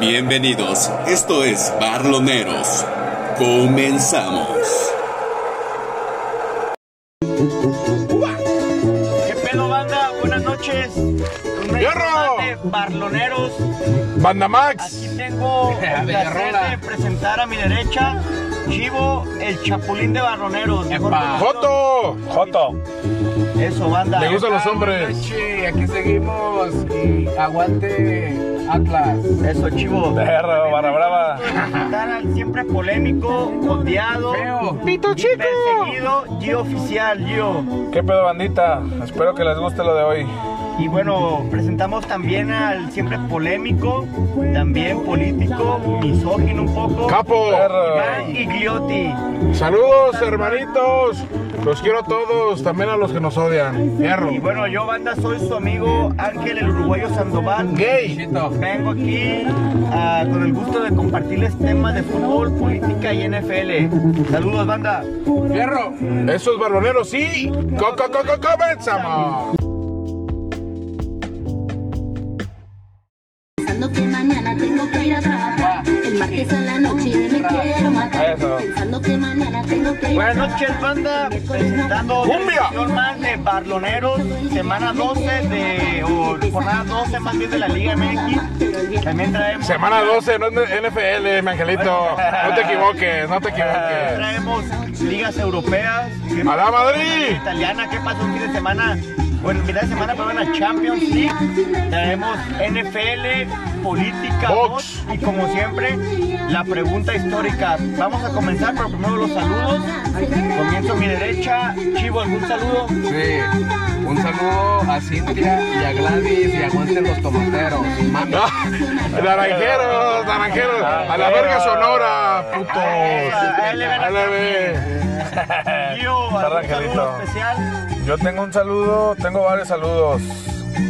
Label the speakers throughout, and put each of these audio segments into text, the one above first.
Speaker 1: Bienvenidos, esto es Barloneros. Comenzamos.
Speaker 2: ¿Qué pedo, banda? Buenas noches. Una
Speaker 3: ¡Fierro!
Speaker 2: llamada de Barloneros.
Speaker 3: Banda
Speaker 2: Aquí
Speaker 3: Max.
Speaker 2: tengo el
Speaker 4: Bella
Speaker 2: placer
Speaker 4: rola.
Speaker 2: de presentar a mi derecha Chivo, el chapulín de Barloneros. mejor
Speaker 4: Epa.
Speaker 2: conocido-
Speaker 3: Joto. Joto.
Speaker 2: Eso, banda.
Speaker 3: Le gusta- a los hombres.
Speaker 4: Buenas noches, aquí seguimos y aguante Atlas.
Speaker 2: Eso, Chivo.
Speaker 3: Perro, barra brava.
Speaker 2: Presentar al siempre polémico, odiado,
Speaker 4: Feo.
Speaker 2: pito chico, perseguido, Gio Oficial, Gio.
Speaker 3: ¿Qué pedo, bandita? Espero que les guste lo de hoy.
Speaker 2: Y bueno, presentamos también al siempre polémico, también político, misógino un poco,
Speaker 3: Capo.
Speaker 2: Iván Igliotti.
Speaker 3: Saludos, hermanitos. Los quiero a todos, también a los que nos odian. Fierro.
Speaker 2: Y bueno, yo banda soy su amigo Ángel el Uruguayo Sandoval.
Speaker 3: Gay.
Speaker 4: Chito.
Speaker 2: Vengo aquí ah, con el gusto de compartirles temas de fútbol, política y NFL. Saludos banda.
Speaker 4: Fierro.
Speaker 3: Esos barroneros sí. Co- co- co- co- comenzamos.
Speaker 5: Pensando que mañana tengo que ir a trabajar. El martes a la noche me quiero matar.
Speaker 3: Eso.
Speaker 5: Pensando que mañana tengo que ir a
Speaker 2: Buenas noches banda, presentando
Speaker 3: ¡Cumbia!
Speaker 2: un más de Barloneros, semana 12 de, o jornada 12 más bien de la Liga MX. También traemos...
Speaker 3: Semana 12, no es NFL, mi angelito. No te equivoques, no te equivoques.
Speaker 2: Traemos ligas europeas.
Speaker 3: ¡A la Madrid!
Speaker 2: Italiana, ¿qué pasó un fin de semana? Bueno, mitad de semana para la Champions League. Traemos NFL, política,
Speaker 3: Box.
Speaker 2: box, y como siempre, la pregunta histórica. Vamos a comenzar, pero primero los saludos. Comienzo a mi derecha. Chivo, ¿algún saludo?
Speaker 4: Sí. Un saludo a Cintia y a Gladys y aguante los tomateros. Mami.
Speaker 3: Ah, Naranjeros, naranjeros. A la verga sonora, putos. A la vez. Eh,
Speaker 2: Gio, ¿algún saludo
Speaker 6: Angelito.
Speaker 2: especial?
Speaker 6: Yo tengo un saludo, tengo varios saludos.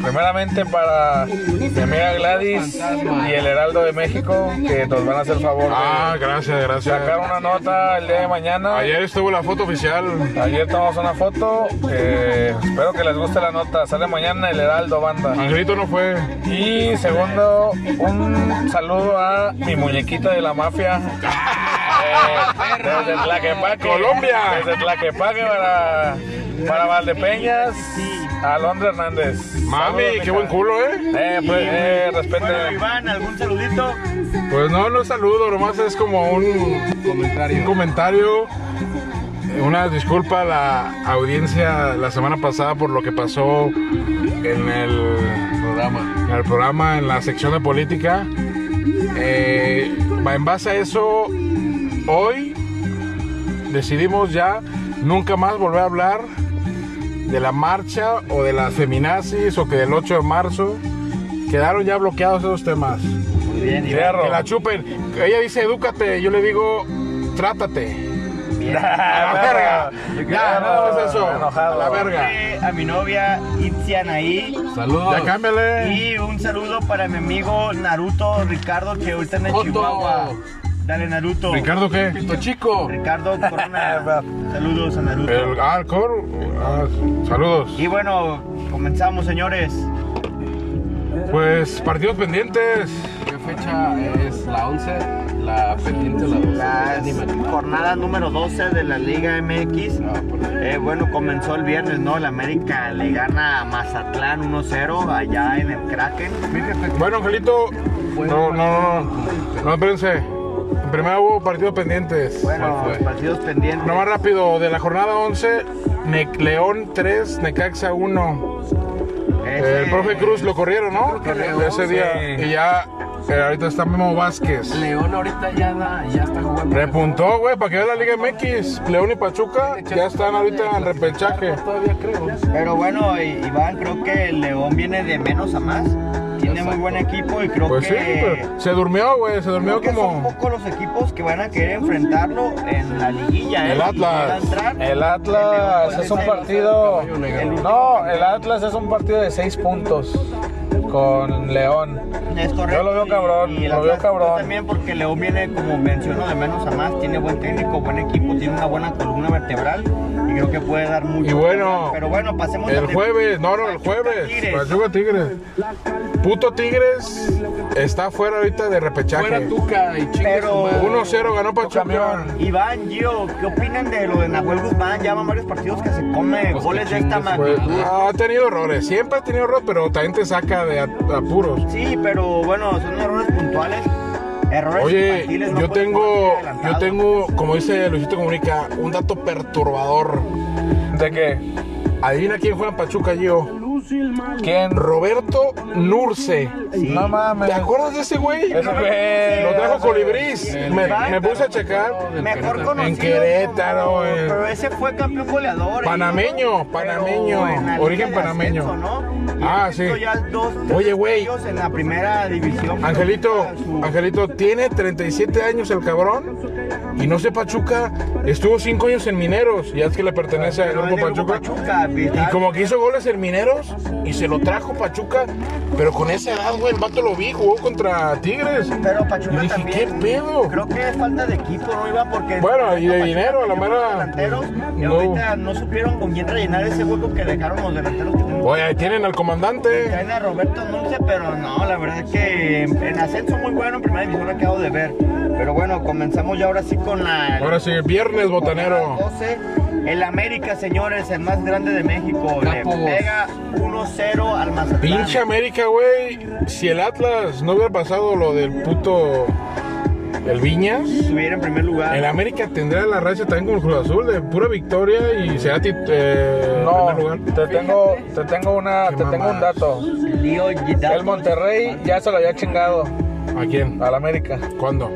Speaker 6: Primeramente para mi amiga Gladys y el Heraldo de México, que nos van a hacer favor
Speaker 3: Ah,
Speaker 6: de
Speaker 3: gracias, gracias.
Speaker 6: sacar una nota el día de mañana.
Speaker 3: Ayer estuvo la foto oficial.
Speaker 6: Ayer tomamos una foto, eh, espero que les guste la nota. Sale mañana el Heraldo Banda.
Speaker 3: Angelito no fue.
Speaker 6: Y segundo, un saludo a mi muñequita de la mafia. Eh, desde Tlaquepaque.
Speaker 3: Colombia.
Speaker 6: Desde Tlaquepaque para, para Valdepeñas. Alondra Hernández.
Speaker 3: Mami,
Speaker 6: Saludos,
Speaker 3: qué
Speaker 6: mija.
Speaker 3: buen culo, ¿eh?
Speaker 6: Eh, pues, eh, respete.
Speaker 2: Bueno, Iván, ¿algún saludito?
Speaker 3: Pues no, no es saludo, nomás es como un, un
Speaker 4: Comentario.
Speaker 3: comentario. Una disculpa a la audiencia la semana pasada por lo que pasó en el,
Speaker 4: Programa.
Speaker 3: en el programa, en la sección de política. Eh, en base a eso, hoy decidimos ya nunca más volver a hablar de la marcha o de las feminazis o que del 8 de marzo quedaron ya bloqueados esos temas.
Speaker 2: Muy bien,
Speaker 3: Que la chupen. Ella dice, edúcate. Yo le digo, trátate. A la verga. Ya, no es eso. A
Speaker 6: Enojado.
Speaker 3: la verga.
Speaker 2: A mi novia, Itzianaí.
Speaker 4: Saludos.
Speaker 3: Ya cámbiale.
Speaker 2: Y un saludo para mi amigo Naruto Ricardo, que ahorita anda en
Speaker 4: Otto.
Speaker 2: Chihuahua. Dale, Naruto.
Speaker 3: ¿Ricardo qué?
Speaker 4: Pito chico.
Speaker 2: Ricardo Corona. Saludos a Naruto.
Speaker 3: El, ah, el coro. Ah, saludos.
Speaker 2: Y bueno, comenzamos, señores.
Speaker 3: Pues partidos pendientes.
Speaker 4: ¿Qué fecha es? La 11, la pendiente, la 12.
Speaker 2: La
Speaker 4: Ni me acuerdo.
Speaker 2: jornada número 12 de la Liga MX.
Speaker 4: Ah,
Speaker 3: pues,
Speaker 4: por ahí.
Speaker 2: Eh, bueno, comenzó el viernes, ¿no? El América le gana a Mazatlán 1-0 allá en el Kraken.
Speaker 3: Bueno, Angelito. No, no, no. No, no espérense. Primero hubo partidos pendientes.
Speaker 2: Bueno, pues,
Speaker 4: ¿Cuál fue?
Speaker 2: partidos pendientes.
Speaker 3: Nomás rápido, de la jornada 11, Ne- León 3, Necaxa 1.
Speaker 2: Ese-
Speaker 3: Eh, El profe Cruz lo corrieron, ¿no?
Speaker 4: corrieron,
Speaker 3: Ese día.
Speaker 6: sí.
Speaker 3: Y ya, eh, ahorita está Memo Vázquez.
Speaker 4: León ahorita ya, da- ya está jugando.
Speaker 3: Repuntó, güey, para que vea la Liga MX. León y Pachuca ya están ahorita en repechaje.
Speaker 4: Todavía creo.
Speaker 2: Pero bueno, I- Iván, creo que el León viene de menos a más. Tiene muy
Speaker 4: Exacto.
Speaker 2: buen equipo y creo
Speaker 3: Pues sí,
Speaker 2: que.
Speaker 3: pero se durmió, güey, se durmió
Speaker 2: creo que son
Speaker 3: como.
Speaker 2: pocos los equipos que van a querer enfrentarlo en la liguilla.
Speaker 3: El
Speaker 2: ¿eh?
Speaker 3: Atlas.
Speaker 2: Y van a entrar.
Speaker 6: El Atlas es un partido. No, el Atlas es un partido de seis puntos con León.
Speaker 2: Es correcto.
Speaker 6: Yo lo veo cabrón,
Speaker 2: Y el
Speaker 6: lo veo
Speaker 2: Atlas
Speaker 6: cabrón.
Speaker 2: También porque León viene, como menciono, de menos a más. Tiene buen técnico, buen equipo, tiene una buena columna vertebral y creo que puede dar mucho.
Speaker 3: Y bueno,
Speaker 2: Pero bueno, pasemos
Speaker 3: El
Speaker 2: al de-
Speaker 3: jueves, no, no, el jueves.
Speaker 2: Tigres.
Speaker 3: Pachuca Tigres. Puto Tigres Está fuera ahorita de repechaje.
Speaker 4: Fuera Tuca y chingue
Speaker 2: Pero-
Speaker 4: su madre.
Speaker 3: 1-0 ganó Pachuca.
Speaker 6: campeón.
Speaker 2: Iván, Gio, ¿qué opinan de lo de Nahuel Guzmán? Ya van varios partidos que se come
Speaker 4: Pues
Speaker 2: goles
Speaker 4: que
Speaker 2: de esta
Speaker 4: chingue su
Speaker 3: Pues,
Speaker 2: magnitud.
Speaker 3: ha tenido errores, siempre ha tenido errores, pero también te saca de ap- apuros.
Speaker 2: Sí, pero bueno, son errores puntuales. Errores
Speaker 3: Oye,
Speaker 2: infantiles, no
Speaker 3: yo
Speaker 2: pueden
Speaker 3: tengo,
Speaker 2: jugar muy
Speaker 3: yo
Speaker 2: adelantados.
Speaker 3: tengo, como dice Luisito Comunica, un dato perturbador.
Speaker 6: ¿De qué?
Speaker 3: Adivina quién juega en Pachuca, Gio.
Speaker 6: ¿Quién?
Speaker 3: Roberto Nurce.
Speaker 6: No mames.
Speaker 3: ¿Te acuerdas de ese güey?
Speaker 6: Ese güey.
Speaker 3: Lo trajo Colibrís.
Speaker 4: El
Speaker 3: Me,
Speaker 4: Querétaro,
Speaker 3: me puse a checar.
Speaker 4: del
Speaker 2: Mejor
Speaker 4: Querétaro.
Speaker 2: conocido.
Speaker 3: En Querétaro,
Speaker 2: como-
Speaker 3: eh.
Speaker 2: Pero ese fue campeón goleador. ¿eh?
Speaker 3: Panameño,
Speaker 2: pero
Speaker 3: panameño,
Speaker 2: en la
Speaker 3: origen
Speaker 2: Liga de
Speaker 3: panameño.
Speaker 2: Ascenso, ¿no? Y
Speaker 3: Ah,
Speaker 2: ha visto
Speaker 3: sí.
Speaker 2: ya dos, tres
Speaker 3: Oye, güey.
Speaker 2: partidos En la primera división.
Speaker 3: Angelito,
Speaker 2: Su-
Speaker 3: Angelito, tiene 37 años el cabrón. Y no sé, Pachuca, estuvo 5 años en Mineros, ya es que le pertenece al
Speaker 2: pero
Speaker 3: grupo
Speaker 2: es del Grupo
Speaker 3: Pachuca.
Speaker 2: Pachuca,
Speaker 3: Y
Speaker 2: ¿verdad?
Speaker 3: como que hizo goles en Mineros y se lo trajo Pachuca, pero con esa edad, güey, el vato lo vi, jugó contra Tigres.
Speaker 2: Pero Pachuca
Speaker 3: Y dije,
Speaker 2: también.
Speaker 3: ¿qué pedo?
Speaker 2: Creo que es falta de equipo, ¿no, Iván? Porque.
Speaker 3: Bueno, y de
Speaker 2: Pachuca
Speaker 3: dinero, a la
Speaker 2: tenía
Speaker 3: mera-
Speaker 2: buenos delanteros, Y
Speaker 3: No.
Speaker 2: ahorita no supieron con quién rellenar ese hueco que dejaron los delanteros que tenemos.
Speaker 3: Oye, ahí tienen al comandante.
Speaker 2: Traen a Roberto Nunce, pero no, la verdad que en ascenso muy bueno, en primera división ha quedado de ver. Pero bueno, comenzamos ya ahora sí con la.
Speaker 3: Ahora sí, viernes botanero.
Speaker 2: 12. El América, señores, el más grande de México. Le
Speaker 4: Capos.
Speaker 2: pega 1-0 al Mazatlán.
Speaker 3: Pinche América, güey. Si el Atlas no hubiera pasado lo del puto. El Viñas.
Speaker 2: Estuviera en primer lugar.
Speaker 3: El América tendrá la racha también con el Cruz Azul de pura victoria y será tit- eh,
Speaker 6: No,
Speaker 3: primer lugar.
Speaker 6: te tengo, te tengo una,
Speaker 3: Qué
Speaker 6: te tengo un
Speaker 3: mamadas.
Speaker 6: dato.
Speaker 2: Lío Gidazo.
Speaker 6: El Monterrey ya se lo había chingado
Speaker 3: ¿A quién?
Speaker 6: al América
Speaker 3: ¿Cuándo?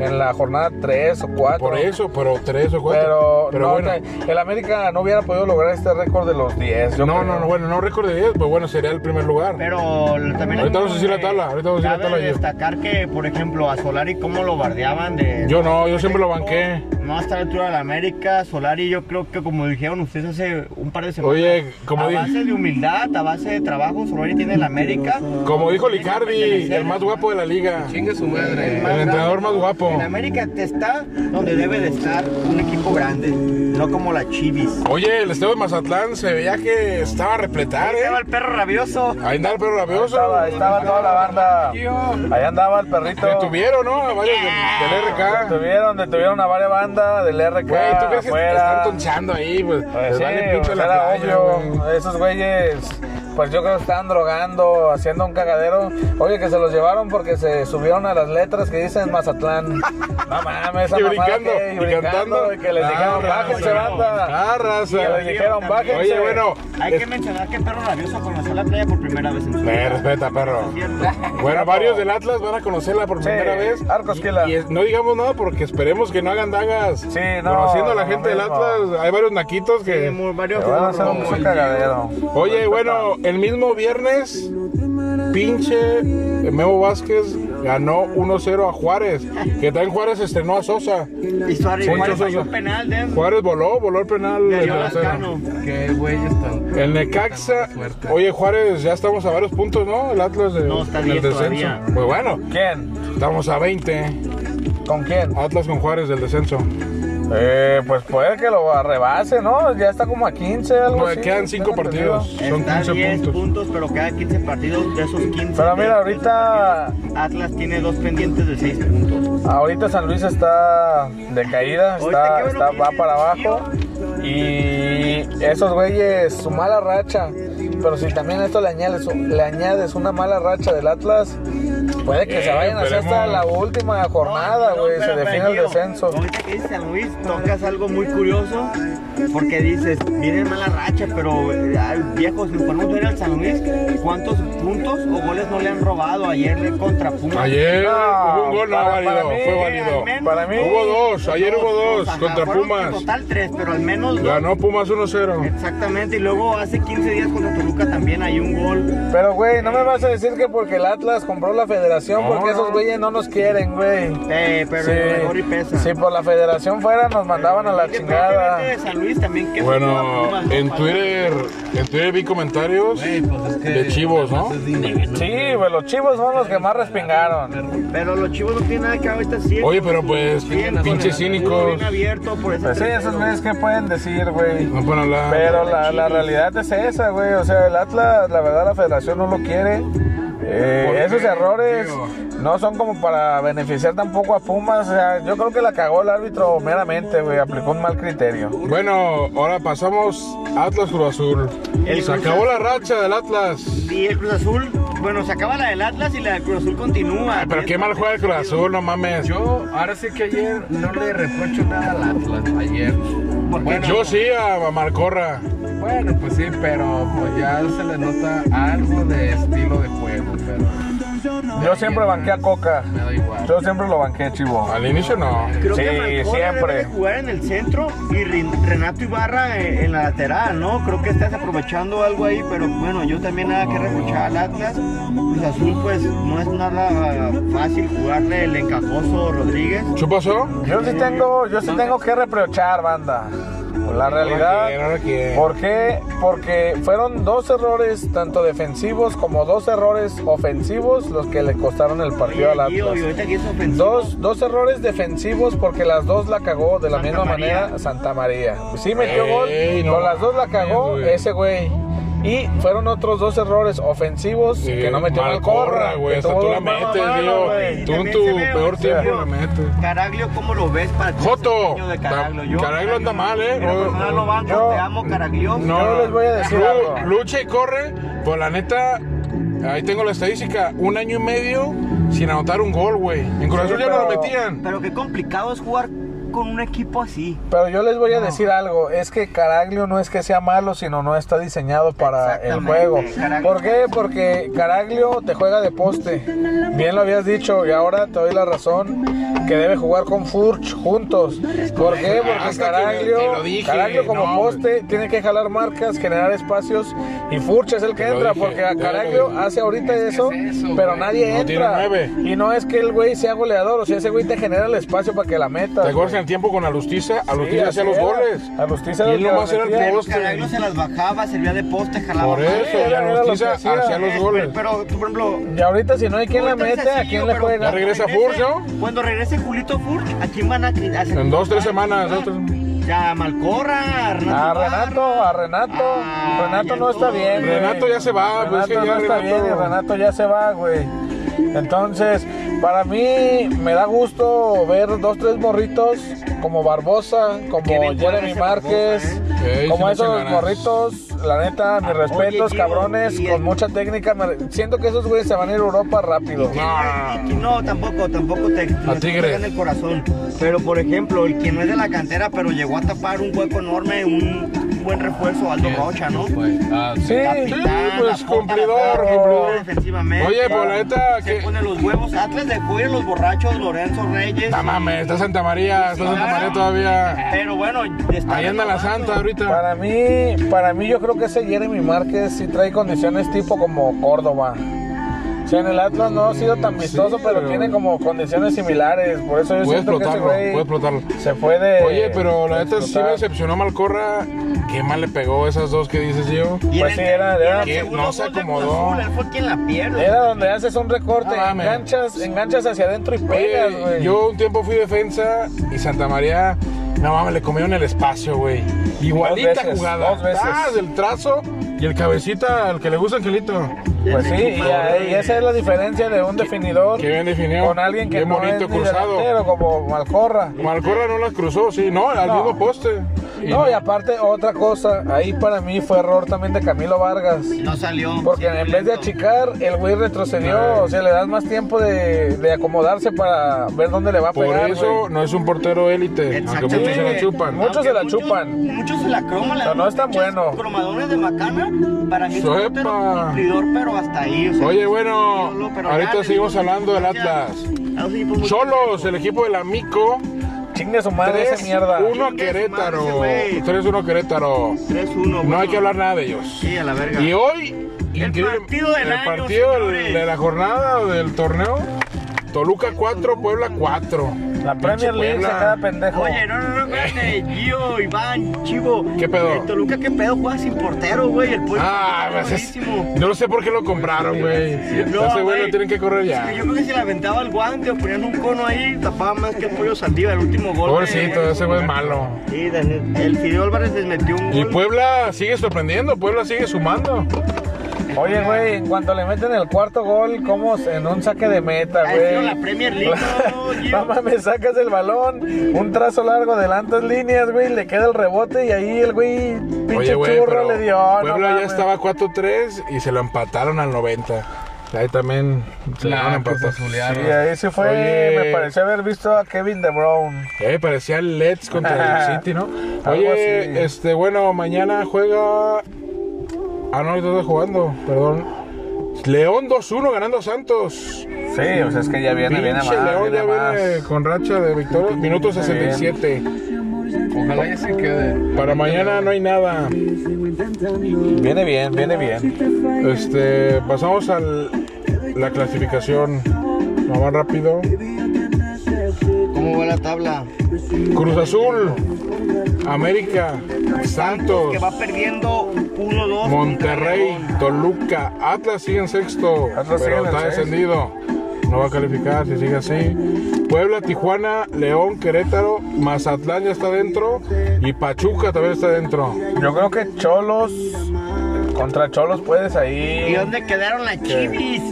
Speaker 6: en la jornada 3 o 4.
Speaker 3: Por eso, pero tres o cuatro.
Speaker 6: Pero, no,
Speaker 3: bueno.
Speaker 6: te- el América no hubiera podido lograr este récord de los 10. yo
Speaker 3: No,
Speaker 6: creo.
Speaker 3: no, no, bueno, no récord de 10, pues bueno, sería el primer lugar.
Speaker 2: Pero también.
Speaker 3: Ahorita vamos a decir la
Speaker 2: eh,
Speaker 3: tabla, ahorita vamos a
Speaker 2: cabe
Speaker 3: decir la tabla, yo.
Speaker 2: destacar que, por ejemplo, a Solari, cómo lo bardeaban de.
Speaker 3: Yo no, yo siempre lo banqué.
Speaker 2: No hasta la altura de la América. Solari, yo creo que, como dijeron ustedes hace un par de semanas.
Speaker 3: Oye, como,
Speaker 2: a
Speaker 3: di-
Speaker 2: base de humildad, a base de trabajo, Solari tiene la América.
Speaker 3: como dijo Licardi, el más guapo de la liga.
Speaker 4: Chingue su madre.
Speaker 3: El entrenador más guapo.
Speaker 2: En América te está donde debe de estar un equipo grande, no como la Chivis.
Speaker 3: Oye, el estadio de Mazatlán se veía que estaba a repletar,
Speaker 2: Ahí
Speaker 3: ¿eh?
Speaker 2: estaba el perro rabioso.
Speaker 3: Ahí andaba el perro
Speaker 6: Ahí
Speaker 3: rabioso.
Speaker 6: Estaba, ahí estaba toda la banda. Ahí andaba el perrito.
Speaker 3: Detuvieron, ¿no? A varios del, del RK.
Speaker 6: Detuvieron, detuvieron a varias bandas del
Speaker 3: Güey, ¿tú
Speaker 6: RK.
Speaker 3: crees que te
Speaker 6: afuera.
Speaker 3: están tonchando ahí? Pues,
Speaker 6: Pues
Speaker 3: les
Speaker 6: sí,
Speaker 3: vale pinche
Speaker 6: pues
Speaker 3: la
Speaker 6: era
Speaker 3: playa,
Speaker 6: obvio.
Speaker 3: güey.
Speaker 6: Esos güeyes, pues yo creo que estaban drogando, haciendo un cagadero. Oye, que se los llevaron porque se subieron a las letras que dicen Mazatlán. No mames, esa
Speaker 3: Y
Speaker 6: mamada
Speaker 3: brincando,
Speaker 6: que-
Speaker 3: y cantando.
Speaker 6: y que les
Speaker 3: Ah,
Speaker 6: dijeron,
Speaker 3: raza,
Speaker 6: bájense, banda.
Speaker 3: Ah, raza.
Speaker 6: Que les dijeron, bájense.
Speaker 3: Oye, bueno.
Speaker 2: Hay que mencionar que el perro rabioso conoció la playa por primera vez en su
Speaker 3: Ve,
Speaker 2: vida.
Speaker 3: Respeta, perro.
Speaker 2: Cierto.
Speaker 3: Bueno, varios del Atlas van a conocerla por primera vez.
Speaker 6: Arcos
Speaker 3: Y-
Speaker 6: Quila.
Speaker 3: y es- no digamos nada porque esperemos que no hagan dagas.
Speaker 6: Sí, no,
Speaker 3: Conociendo a la
Speaker 6: no,
Speaker 3: gente del
Speaker 6: mismo.
Speaker 3: Atlas, hay varios naquitos que.
Speaker 2: Sí, muy-
Speaker 6: Que
Speaker 2: varios
Speaker 6: van a hacer un
Speaker 2: furros.
Speaker 6: un cagadero.
Speaker 3: Oye, bueno, el mismo viernes, pinche Memo Vázquez ganó 1-0 a Juárez. Que también Juárez estrenó a Sosa.
Speaker 2: Y Suárez
Speaker 3: Poncho
Speaker 2: Juárez falló
Speaker 3: Sosa.
Speaker 2: un penal de
Speaker 3: Juárez voló, voló el penal.
Speaker 2: Le
Speaker 3: del
Speaker 2: dio las
Speaker 3: delantero.
Speaker 2: manos.
Speaker 4: Que güey está.
Speaker 3: El Necaxa.
Speaker 4: Suerte.
Speaker 3: Oye, Juárez, ya estamos a varios puntos, ¿no? El Atlas de,
Speaker 2: No, está
Speaker 3: en el
Speaker 2: 10
Speaker 3: descenso.
Speaker 2: todavía.
Speaker 3: Pues bueno,
Speaker 6: ¿Quién?
Speaker 3: estamos a 20.
Speaker 6: ¿Con quién?
Speaker 3: Atlas con Juárez del descenso.
Speaker 6: Eh, pues puede que lo rebase, ¿no? Ya está como a 15, algo
Speaker 3: Bueno,
Speaker 6: así.
Speaker 3: quedan 5
Speaker 6: Tengo entendido.
Speaker 3: partidos. Son
Speaker 2: Está
Speaker 3: 15
Speaker 2: 10 puntos.
Speaker 3: puntos.
Speaker 2: pero cada 15 partidos de esos 15.
Speaker 6: Pero mira,
Speaker 2: de esos
Speaker 6: ahorita-
Speaker 2: partidos, Atlas tiene dos pendientes de 6 puntos.
Speaker 6: Ahorita San Luis está de caída,
Speaker 2: Ahorita, qué
Speaker 6: está,
Speaker 2: bueno
Speaker 6: está-
Speaker 2: que
Speaker 6: va
Speaker 2: viene
Speaker 6: para
Speaker 2: el
Speaker 6: abajo. Y esos güeyes, su mala racha. Pero si también a esto le añades, le añades una mala racha del Atlas, puede que
Speaker 3: Eh,
Speaker 6: se vayan así hasta
Speaker 3: esperemos.
Speaker 6: la última jornada,
Speaker 2: Oh, No, no,
Speaker 6: güey. se
Speaker 2: pero, pero,
Speaker 6: define el
Speaker 2: Gio,
Speaker 6: descenso.
Speaker 2: Ahorita que dices San Luis, tocas algo muy curioso. Porque dices, viene mala racha, pero eh, ay, viejo, si ponemos a ver al San Luis, ¿cuántos puntos o goles no le han robado ayer de contra Pumas?
Speaker 3: Ayer
Speaker 2: Ah,
Speaker 6: No,
Speaker 3: hubo un gol no
Speaker 6: para-
Speaker 3: válido,
Speaker 6: para mí,
Speaker 3: fue
Speaker 2: al
Speaker 3: válido.
Speaker 2: menos-
Speaker 6: Para mí-
Speaker 3: Hubo dos, ayer hubo dos
Speaker 2: ajá,
Speaker 3: contra
Speaker 2: fueron En
Speaker 3: Pumas.
Speaker 2: total tres, pero al menos dos.
Speaker 3: Ganó Pumas 1-0.
Speaker 2: Exactamente, y luego hace 15 días contra Toluca también hay un gol.
Speaker 6: Pero, güey, no me vas a decir que porque el Atlas compró la federación,
Speaker 3: No,
Speaker 6: porque
Speaker 3: no.
Speaker 6: esos güeyes no nos quieren, güey.
Speaker 2: Eh, pero el valor y pesa.
Speaker 6: si por la federación fuera, nos mandaban a la chingada.
Speaker 2: Independientemente de San Luis también que
Speaker 3: Bueno, en Twitter, en Twitter vi comentarios
Speaker 4: Güey, pues es que.
Speaker 3: de chivos, ¿no?
Speaker 4: Es dinero.
Speaker 6: Sí, güey, los chivos son los que más respingaron.
Speaker 2: Pero los chivos no tienen nada que ver ahorita sí.
Speaker 3: Oye, pero pues,
Speaker 2: Bien,
Speaker 3: pinches
Speaker 2: con el-
Speaker 3: cínicos.
Speaker 2: bien abierto por ese
Speaker 6: Pues sí,
Speaker 2: tercero.
Speaker 6: esos güeyes, ¿qué pueden decir, güey?
Speaker 3: No para hablar.
Speaker 6: Pero la, la realidad es esa, güey. O sea, el Atlas, la verdad, la federación no lo quiere. Eh,
Speaker 3: Porque,
Speaker 6: esos errores
Speaker 3: digo-
Speaker 6: no son como para beneficiar tampoco a Pumas. O sea, yo creo que la cagó el árbitro meramente, güey. Aplicó un mal criterio.
Speaker 3: Bueno, ahora pasamos a Atlas Cruz Azul.
Speaker 2: El
Speaker 3: Se
Speaker 2: Cruz
Speaker 3: acabó la racha del Atlas.
Speaker 2: Y el Cruz Azul, bueno, se acaba la del Atlas y la del Cruz Azul continúa. Este,
Speaker 3: Ay, pero qué mal juega el Cruz Azul, no mames. Yo,
Speaker 4: Yo ahora sí que ayer no le reprocho nada al Atlas. Ayer. Bueno,
Speaker 3: sí a, a Marcorra.
Speaker 4: Bueno, pues sí, pero pues ya se le nota algo de estilo de juego, pero
Speaker 6: Yo siempre banqué a Coca.
Speaker 4: me da igual.
Speaker 6: Yo siempre lo banqué, chivo.
Speaker 3: Al inicio no.
Speaker 2: Creo
Speaker 6: Sí,
Speaker 2: que Malcorra
Speaker 6: siempre.
Speaker 2: debe de jugar en el centro y Rin- Renato Ibarra en, en la lateral, ¿no? Creo que estás aprovechando algo ahí, pero bueno, yo también nada que reprochar al Atlas. Cruz Azul, pues no es nada fácil jugarle el encajoso Rodríguez.
Speaker 3: ¿Qué pasó?
Speaker 6: Yo sí tengo, yo sí tengo que reprochar, banda. La realidad.
Speaker 3: Ahora quién, ahora
Speaker 6: ¿Por qué? Porque fueron dos errores, tanto defensivos como dos errores ofensivos, los que le costaron el partido al
Speaker 2: Y
Speaker 6: Atlas.
Speaker 2: ahorita que es ofensivo.
Speaker 6: Dos, dos errores defensivos porque las dos la cagó de la
Speaker 2: Santa
Speaker 6: misma
Speaker 2: María.
Speaker 6: manera Santa María. Sí metió
Speaker 3: Ey,
Speaker 6: gol,
Speaker 3: no
Speaker 6: pero las dos la cagó
Speaker 3: mames, güey.
Speaker 6: ese güey. Y fueron otros dos errores ofensivos
Speaker 3: quién.
Speaker 6: que no metió
Speaker 3: Mal
Speaker 6: al corra,
Speaker 3: corra, güey. Hasta tú la metes,
Speaker 2: mano,
Speaker 3: tío.
Speaker 2: güey.
Speaker 3: Tú en
Speaker 2: También
Speaker 3: tu
Speaker 2: se ve,
Speaker 3: peor
Speaker 2: o sea,
Speaker 3: tiempo la
Speaker 2: yo-
Speaker 3: metes.
Speaker 2: Caraglio, ¿cómo lo ves para ti?
Speaker 3: Joto.
Speaker 2: de Caraglio? Yo-
Speaker 3: Caraglio anda mal, ¿eh?
Speaker 2: en lo personal lo banco,
Speaker 6: Yo-
Speaker 2: te amo, Caraglio.
Speaker 6: Yo les voy a decir
Speaker 3: Lu-
Speaker 6: algo.
Speaker 3: Lucha y corre, pues la neta, ahí tengo la estadística, un año y medio sin anotar un gol, güey. En Cruz
Speaker 6: Sí,
Speaker 3: Azul ya no lo
Speaker 6: pero-
Speaker 3: metían.
Speaker 2: Pero qué complicado es jugar con un equipo así.
Speaker 6: Pero yo les voy a decir algo, es que Caraglio no es que sea malo, sino no está diseñado para el
Speaker 2: Exactamente,
Speaker 6: juego.
Speaker 2: Caraglio.
Speaker 6: ¿Por qué? Porque Caraglio te juega de poste. Bien lo habías dicho y ahora te doy la razón que debe jugar con Furch juntos. ¿Por qué? Porque
Speaker 3: Hasta que
Speaker 6: Caraglio,
Speaker 3: te lo dije,
Speaker 6: Caraglio como
Speaker 3: no,
Speaker 6: poste tiene que jalar marcas, generar espacios y Furch es el que
Speaker 3: Te lo
Speaker 6: entra
Speaker 3: dije,
Speaker 6: porque a
Speaker 3: te lo
Speaker 6: Caraglio
Speaker 3: dije.
Speaker 6: hace ahorita eso,
Speaker 4: es eso,
Speaker 6: pero
Speaker 4: güey.
Speaker 6: nadie
Speaker 3: No tiene
Speaker 6: entra.
Speaker 3: nueve.
Speaker 6: Y no es que el güey sea goleador, o sea, ese güey te genera el espacio para que la meta.
Speaker 3: ¿Te acuerdas en el tiempo con Alustiza? Alustiza
Speaker 6: así
Speaker 3: hacía los
Speaker 6: era.
Speaker 3: goles.
Speaker 6: Alustiza
Speaker 3: Y
Speaker 6: era
Speaker 3: él
Speaker 6: el que
Speaker 3: nomás
Speaker 6: la
Speaker 3: era
Speaker 6: metía.
Speaker 3: el poste.
Speaker 2: Caraglio se las bajaba, servía de poste, jalaba.
Speaker 3: Por
Speaker 2: marcas.
Speaker 3: eso, y
Speaker 6: era lo que
Speaker 3: Alustiza
Speaker 6: hacía.
Speaker 3: hacía los
Speaker 2: Es,
Speaker 3: goles.
Speaker 2: Pero, tú, por ejemplo,
Speaker 6: Y ahorita si no hay quien la
Speaker 2: ahorita es
Speaker 6: mete, ¿a
Speaker 2: sencillo,
Speaker 6: quién le
Speaker 2: pero
Speaker 6: juega?
Speaker 3: Ya regresa
Speaker 2: cuando
Speaker 3: Furch,
Speaker 2: regrese-
Speaker 3: ¿no?
Speaker 2: Cuando regrese Julito Furch, ¿a quién van a criticar?
Speaker 3: En dos, tres semanas, dos, tres- Ah,
Speaker 2: Ya, a Malcorra, a Renato.
Speaker 6: A
Speaker 2: Ibarra.
Speaker 6: Renato, a Renato.
Speaker 2: Ah,
Speaker 6: Renato
Speaker 2: ya
Speaker 6: no está
Speaker 2: todo.
Speaker 6: bien. güey.
Speaker 3: Renato ya se va,
Speaker 6: Renato
Speaker 3: pues, es que
Speaker 6: no
Speaker 3: ya
Speaker 6: está
Speaker 3: Renato-
Speaker 6: bien y Renato ya se va, güey. Entonces, para mí me da gusto ver dos, tres morritos como Barbosa, como
Speaker 2: Qué bien juega
Speaker 6: Jeremy
Speaker 2: ese
Speaker 6: Márquez,
Speaker 2: Barbosa,
Speaker 3: ¿eh? Ey,
Speaker 6: como
Speaker 3: se le echan
Speaker 6: esos
Speaker 3: ganas.
Speaker 6: morritos. La neta, mis respetos,
Speaker 2: Gio,
Speaker 6: cabrones,
Speaker 2: y el-
Speaker 6: con mucha técnica. Me- Siento que esos güeyes se van a ir a Europa rápido.
Speaker 3: No, no, no.
Speaker 2: No, tampoco, tampoco te, no te
Speaker 3: Tigres.
Speaker 2: tocan el corazón. Pero por ejemplo, el que no es de la cantera, pero llegó a tapar un hueco enorme, un buen refuerzo, Aldo Rocha, ¿no?
Speaker 4: Güey, ah,
Speaker 6: Sí,
Speaker 3: Sí,
Speaker 2: Capitán, apunta
Speaker 3: pues
Speaker 2: la
Speaker 3: cumplidor,
Speaker 2: pelota,
Speaker 3: cumplidor.
Speaker 2: defensivamente.
Speaker 3: Oye, pues la neta,
Speaker 2: Se
Speaker 3: que.
Speaker 2: pone los huevos. Atlas de cuello, los borrachos, Lorenzo Reyes.
Speaker 3: No mames, está Santa María, está Santa María todavía.
Speaker 2: Pero bueno, está
Speaker 3: Ahí anda la
Speaker 2: renovando.
Speaker 3: Santa ahorita.
Speaker 6: Para mí, para mí yo creo que ese Jeremy Márquez sí trae condiciones tipo como Córdoba. O sea, en el Atlas no ha sido tan vistoso, pero,
Speaker 3: pero-
Speaker 6: tiene como condiciones similares. Por eso yo
Speaker 3: Puede
Speaker 6: siento que ese
Speaker 3: explotarlo,
Speaker 6: güey
Speaker 3: puede explotarlo.
Speaker 6: se fue de...
Speaker 3: Oye, pero la
Speaker 6: de
Speaker 3: neta sí me
Speaker 6: explotar.
Speaker 3: decepcionó Malcorra. Qué mal le pegó esas dos que dices yo.
Speaker 2: Y en
Speaker 6: Pues
Speaker 2: el-
Speaker 6: sí, era-
Speaker 2: y en el
Speaker 6: era-
Speaker 3: que
Speaker 2: segundo
Speaker 3: no se
Speaker 2: gol de Cruz
Speaker 3: acomodó.
Speaker 2: Azul, Él fue quien la pierde.
Speaker 6: Era donde haces un recorte,
Speaker 3: No Ah, mames.
Speaker 6: enganchas, enganchas hacia adentro y pegas,
Speaker 3: Oye,
Speaker 6: güey.
Speaker 3: yo un tiempo fui defensa y Santa María, no mames, le comieron el espacio, güey. Igualita
Speaker 6: Dos veces,
Speaker 3: jugada.
Speaker 6: dos veces.
Speaker 3: Ah, del trazo y el cabecita, al que le gusta Angelito.
Speaker 6: Pues sí, y, ahí- y esa es la diferencia de un definidor
Speaker 3: Qué bien definido.
Speaker 6: con alguien que
Speaker 3: Bien
Speaker 6: no
Speaker 3: bonito
Speaker 6: es ni
Speaker 3: cruzado.
Speaker 6: delantero, como Malcorra.
Speaker 3: Malcorra no las cruzó, sí, no, al
Speaker 6: No.
Speaker 3: mismo poste. Y
Speaker 6: No, y aparte otra cosa, ahí para mí fue error también de Camilo Vargas.
Speaker 2: No salió.
Speaker 6: Porque en vez de achicar, el güey retrocedió. O sea, le das más tiempo de, de acomodarse para ver dónde le va a
Speaker 3: Por
Speaker 6: pegar.
Speaker 3: eso
Speaker 6: güey.
Speaker 3: no es un portero élite, aunque
Speaker 2: Exactamente.
Speaker 3: muchos se la chupan.
Speaker 6: Muchos se la chupan.
Speaker 2: Muchos se la croman. la-
Speaker 6: Pero no es tan
Speaker 2: muchos
Speaker 6: bueno.
Speaker 2: Cromadores de macana. Para mí es un
Speaker 3: Sepa.
Speaker 2: portero cumplidor, pero hasta ahí. o sea,
Speaker 3: Oye, bueno,
Speaker 2: solo, pero
Speaker 3: ahorita
Speaker 2: ya le
Speaker 3: seguimos
Speaker 2: dimos Ah,
Speaker 3: hablando del
Speaker 2: importancia
Speaker 3: Atlas.
Speaker 2: a los equipos muy
Speaker 3: Solos, el equipo del Amico,
Speaker 6: Chingue su madre esa
Speaker 3: 3-1 a
Speaker 6: mierda.
Speaker 2: Chingue su madre
Speaker 3: Querétaro.
Speaker 2: ese güey.
Speaker 3: 3-1 a Querétaro.
Speaker 2: 3-1,
Speaker 3: No
Speaker 2: bueno.
Speaker 3: hay que hablar nada de ellos.
Speaker 2: Sí, a la verga.
Speaker 3: Y hoy,
Speaker 2: El
Speaker 3: increíble,
Speaker 2: partido del
Speaker 3: el
Speaker 2: año,
Speaker 3: partido
Speaker 2: señores.
Speaker 3: de la jornada del torneo, Toluca 4, Puebla 4.
Speaker 6: La Premier League se queda pendejo.
Speaker 2: Oye, no, no, no, espérate, Gio, Iván, Chivo.
Speaker 3: ¿Qué pedo?
Speaker 2: El Toluca, ¿qué pedo? Juega sin portero, güey. El pueblo.
Speaker 3: Ah, pues es- no sé por qué lo compraron, güey.
Speaker 2: No,
Speaker 3: Ese güey
Speaker 2: güey.
Speaker 3: lo tienen que correr
Speaker 2: Es que
Speaker 3: ya.
Speaker 2: Yo creo que si le aventaba el guante o ponían un cono ahí, tapaba más que el pollo saldía el último gol.
Speaker 3: Pobrecito,
Speaker 2: de-
Speaker 3: ese güey es malo.
Speaker 2: Sí, Daniel, el Fideo Álvarez les metió un gol.
Speaker 3: Y Puebla sigue sorprendiendo, Puebla sigue sumando.
Speaker 6: Oye, güey, en cuanto le meten el cuarto gol, como en un saque de meta,
Speaker 2: Ha sido
Speaker 6: güey.
Speaker 2: la Premier League, ¿no, Gio?
Speaker 6: No mames, sacas el balón, un trazo largo, adelantas líneas, güey, le queda el rebote y ahí el güey, pinche
Speaker 3: Oye, güey,
Speaker 6: churro
Speaker 3: pero
Speaker 6: le dio. no
Speaker 3: Puebla ya
Speaker 6: mames.
Speaker 3: estaba 4-3 y se lo empataron al 90. Ahí también se
Speaker 4: La
Speaker 3: la van a empatar.
Speaker 4: Cruz Azuleada.
Speaker 6: Sí, ahí se fue,
Speaker 3: Oye.
Speaker 6: me pareció haber visto a Kevin De Bruyne.
Speaker 3: Eh, parecía el Let's contra el City, ¿no?
Speaker 6: Algo
Speaker 3: Oye,
Speaker 6: así.
Speaker 3: este, bueno, mañana juega. Ah, no, ahorita está jugando, perdón. León 2-1 ganando a Santos.
Speaker 6: Sí, o sea, es que ya viene, viene
Speaker 3: Pinche
Speaker 6: más,
Speaker 3: León
Speaker 6: viene
Speaker 3: ya
Speaker 6: más.
Speaker 3: viene con racha de victoria. Minuto 67.
Speaker 4: Ojalá ya se quede.
Speaker 3: Para mañana no hay nada.
Speaker 6: Viene bien, viene bien.
Speaker 3: Este, pasamos a la clasificación. Vamos rápido.
Speaker 2: ¿Cómo va la tabla?
Speaker 3: Cruz Azul, América, Santos,
Speaker 2: Que va perdiendo 1-2.
Speaker 3: Monterrey, Toluca, Atlas sigue en sexto,
Speaker 6: Atlas sigue
Speaker 3: pero
Speaker 6: en el
Speaker 3: está
Speaker 6: sexto.
Speaker 3: descendido. No va a calificar si sigue así. Puebla, Tijuana, León, Querétaro, Mazatlán ya está dentro y Pachuca también está dentro.
Speaker 6: Yo creo que Cholos, contra Cholos puedes
Speaker 2: ¿Y
Speaker 6: ahí,
Speaker 2: dónde quedaron las chivis?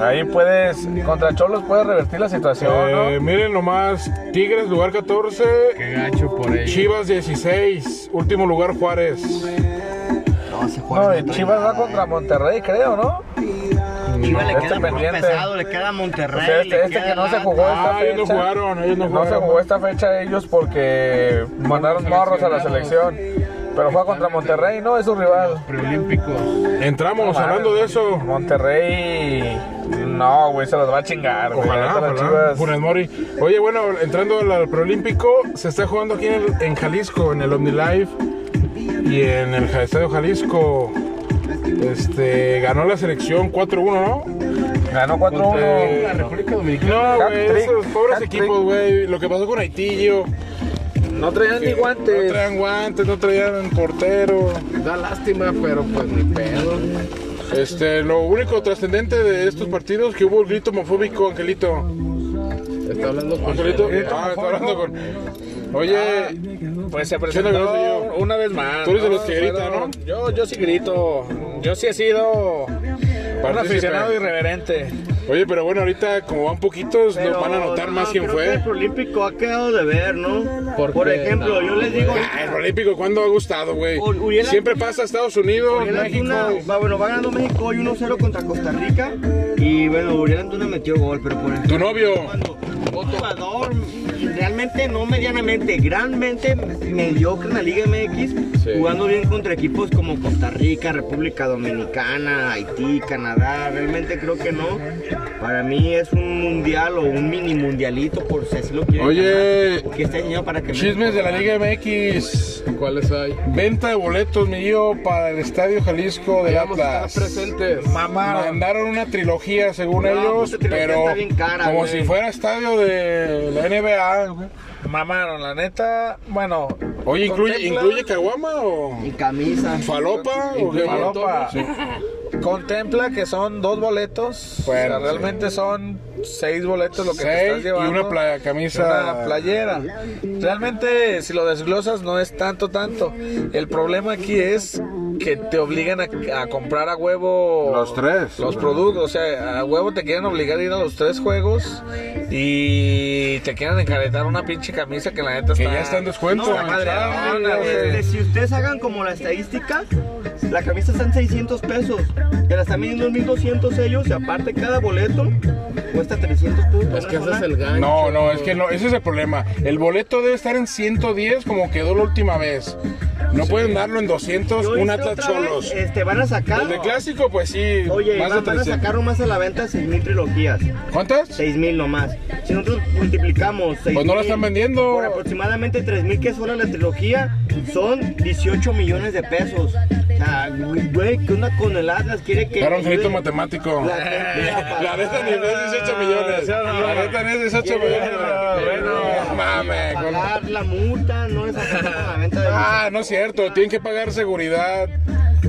Speaker 6: ahí puedes, contra Cholos puedes revertir la situación,
Speaker 3: Eh,
Speaker 6: ¿no?
Speaker 3: miren nomás, Tigres lugar 14,
Speaker 4: Qué gacho por ello.
Speaker 3: Chivas 16, último lugar Juárez.
Speaker 2: No, se juega.
Speaker 6: No, y Chivas va contra Monterrey, creo, ¿no?
Speaker 2: Chivas le
Speaker 6: este
Speaker 2: queda muy
Speaker 6: pendiente.
Speaker 2: pesado, le queda
Speaker 6: O
Speaker 2: Monterrey.
Speaker 6: sea, este,
Speaker 2: le
Speaker 6: este
Speaker 2: queda
Speaker 6: que no se
Speaker 2: Atlas.
Speaker 6: jugó esta
Speaker 3: Ah,
Speaker 6: fecha.
Speaker 3: ellos no jugaron, ellos no
Speaker 6: se
Speaker 3: jugaron.
Speaker 6: jugó esta fecha ellos porque mandaron morros a la selección. Pero juega contra Monterrey, ¿no? Es su rival.
Speaker 4: Preolímpicos.
Speaker 6: este.
Speaker 3: Entramos hablando de eso.
Speaker 6: Monterrey. No, güey, se los va a chingar, güey.
Speaker 3: Ojalá,
Speaker 6: Ahorita las
Speaker 3: ojalá.
Speaker 6: Chivas-
Speaker 3: Funes Mori. Oye, bueno, entrando al preolímpico, se está jugando aquí en, el- en Jalisco, en el OmniLife y en el Ja- Estadio Jalisco. Este, ganó la selección 4-1, ¿no?
Speaker 6: Ganó 4-1.
Speaker 4: La República Dominicana.
Speaker 3: No, güey,
Speaker 6: Hat-trick,
Speaker 3: esos pobres
Speaker 6: hat-trick.
Speaker 3: equipos, güey. Lo que pasó con Haitillo.
Speaker 6: No traían ni
Speaker 3: No traían guantes, no traían portero.
Speaker 4: Da lástima, pero pues ni pedo.
Speaker 3: Este, lo único trascendente de estos partidos que hubo el grito homofóbico, Angelito.
Speaker 4: Está hablando con
Speaker 3: Angelito,
Speaker 4: Angelito.
Speaker 3: ah, está hablando con. Oye,
Speaker 7: Pues
Speaker 6: eh,
Speaker 7: se
Speaker 3: ¿Quién lo conoce yo?
Speaker 7: presentó una vez más.
Speaker 3: Tú eres de los que grita,
Speaker 7: Fueron-
Speaker 3: ¿no?
Speaker 7: Yo, yo sí grito. Yo sí he sido un
Speaker 3: Partícipe.
Speaker 7: aficionado irreverente.
Speaker 3: Oye, pero bueno, ahorita como van poquitos, no
Speaker 2: Pero
Speaker 3: van a notar
Speaker 2: no,
Speaker 3: más quién
Speaker 2: creo que
Speaker 3: fue.
Speaker 2: El Olímpico ha quedado de ver, ¿no?
Speaker 4: ¿Por
Speaker 2: Por,
Speaker 4: qué?
Speaker 2: ejemplo,
Speaker 4: No,
Speaker 2: yo les digo.
Speaker 3: Ah, el Olímpico, ¿cuándo ha gustado, güey?
Speaker 2: Ur- Uriel-
Speaker 3: Siempre pasa a Estados Unidos,
Speaker 2: Uriel
Speaker 3: México.
Speaker 2: Antuna, va, bueno, va ganando México hoy 1-0 contra Costa Rica. Y bueno, Uriel Antuna metió gol, pero por
Speaker 3: Tu
Speaker 2: ejemplo,
Speaker 3: novio.
Speaker 2: cuando un jugador realmente no medianamente, granmente mediocre en la Liga MX,
Speaker 3: Sí.
Speaker 2: jugando bien contra equipos como Costa Rica, República Dominicana, Haití, Canadá, realmente creo que no. Para mí es un mundial o un mini mundialito, por si así lo quieren.
Speaker 3: Oye,
Speaker 2: llamar, que está diseñado este para que
Speaker 3: Chismes de la Liga MX.
Speaker 4: ¿Cuáles hay?
Speaker 3: Venta de boletos, mi hijo, para el Estadio Jalisco del
Speaker 4: Vamos a estar
Speaker 3: Atlas.
Speaker 4: presentes.
Speaker 3: Mandaron una trilogía, según
Speaker 2: No, pues,
Speaker 3: ellos,
Speaker 2: esa trilogía
Speaker 3: pero
Speaker 2: está bien cara,
Speaker 3: como
Speaker 2: güey.
Speaker 3: si fuera estadio de la NBA. güey.
Speaker 6: Mamaron, la neta. Bueno,
Speaker 3: Oye, ¿incluye,
Speaker 6: Contempla-
Speaker 3: ¿incluye Caguama o
Speaker 2: En camisa.
Speaker 3: Falopa? o qué?
Speaker 6: Falopa.
Speaker 3: Sí.
Speaker 6: contempla que son dos boletos.
Speaker 3: Bueno,
Speaker 6: o sea, realmente son seis boletos lo que te
Speaker 3: Seis
Speaker 6: estás
Speaker 3: y
Speaker 6: llevando.
Speaker 3: una playa- camisa.
Speaker 6: Una playera. Realmente, si lo desglosas, no es tanto, tanto. El problema aquí es que te obligan a, a comprar a huevo.
Speaker 3: Los tres.
Speaker 6: Los productos. O sea, a huevo te quieren obligar a ir a los tres juegos y te quieren encaretar una pinche camisa que la neta
Speaker 3: Que
Speaker 6: está.
Speaker 3: ya está en descuento.
Speaker 2: No, la
Speaker 6: madre,
Speaker 2: camisa,
Speaker 6: no, no,
Speaker 2: este,
Speaker 6: güey.
Speaker 2: si ustedes hagan como la estadística, la camisa está en 600 pesos, que la están vendiendo en 1200 ellos, y aparte cada boleto cuesta 300 pesos.
Speaker 4: Es que ese es el gancho.
Speaker 3: No, no, es que no, ese es el problema. El boleto debe estar en 110 como quedó la última vez. No pueden darlo en 200 un Atlas Cholos.
Speaker 2: Este, van a sacar.
Speaker 3: El de clásico, pues sí,
Speaker 2: Oye,
Speaker 3: más
Speaker 2: van,
Speaker 3: de
Speaker 2: van a
Speaker 3: 300.
Speaker 2: sacar nomás a la venta 6.000 trilogías,
Speaker 3: ¿Cuántas?
Speaker 2: 6.000 nomás. Si nosotros multiplicamos 6.000
Speaker 3: Pues no la están vendiendo.
Speaker 2: por aproximadamente 3.000 que son a la trilogía, son 18 millones de pesos. O sea, güey, ¿qué onda con el Atlas? Quiere que...
Speaker 3: Era un grito
Speaker 2: ayude-
Speaker 3: matemático.
Speaker 2: La-
Speaker 3: La neta ni es 18 millones. La neta ni es 18 millones. No Ah, mames. con-
Speaker 2: Pagar la multa, no es hacer la venta de
Speaker 3: Ah, no es cierto. Tienen que pagar seguridad.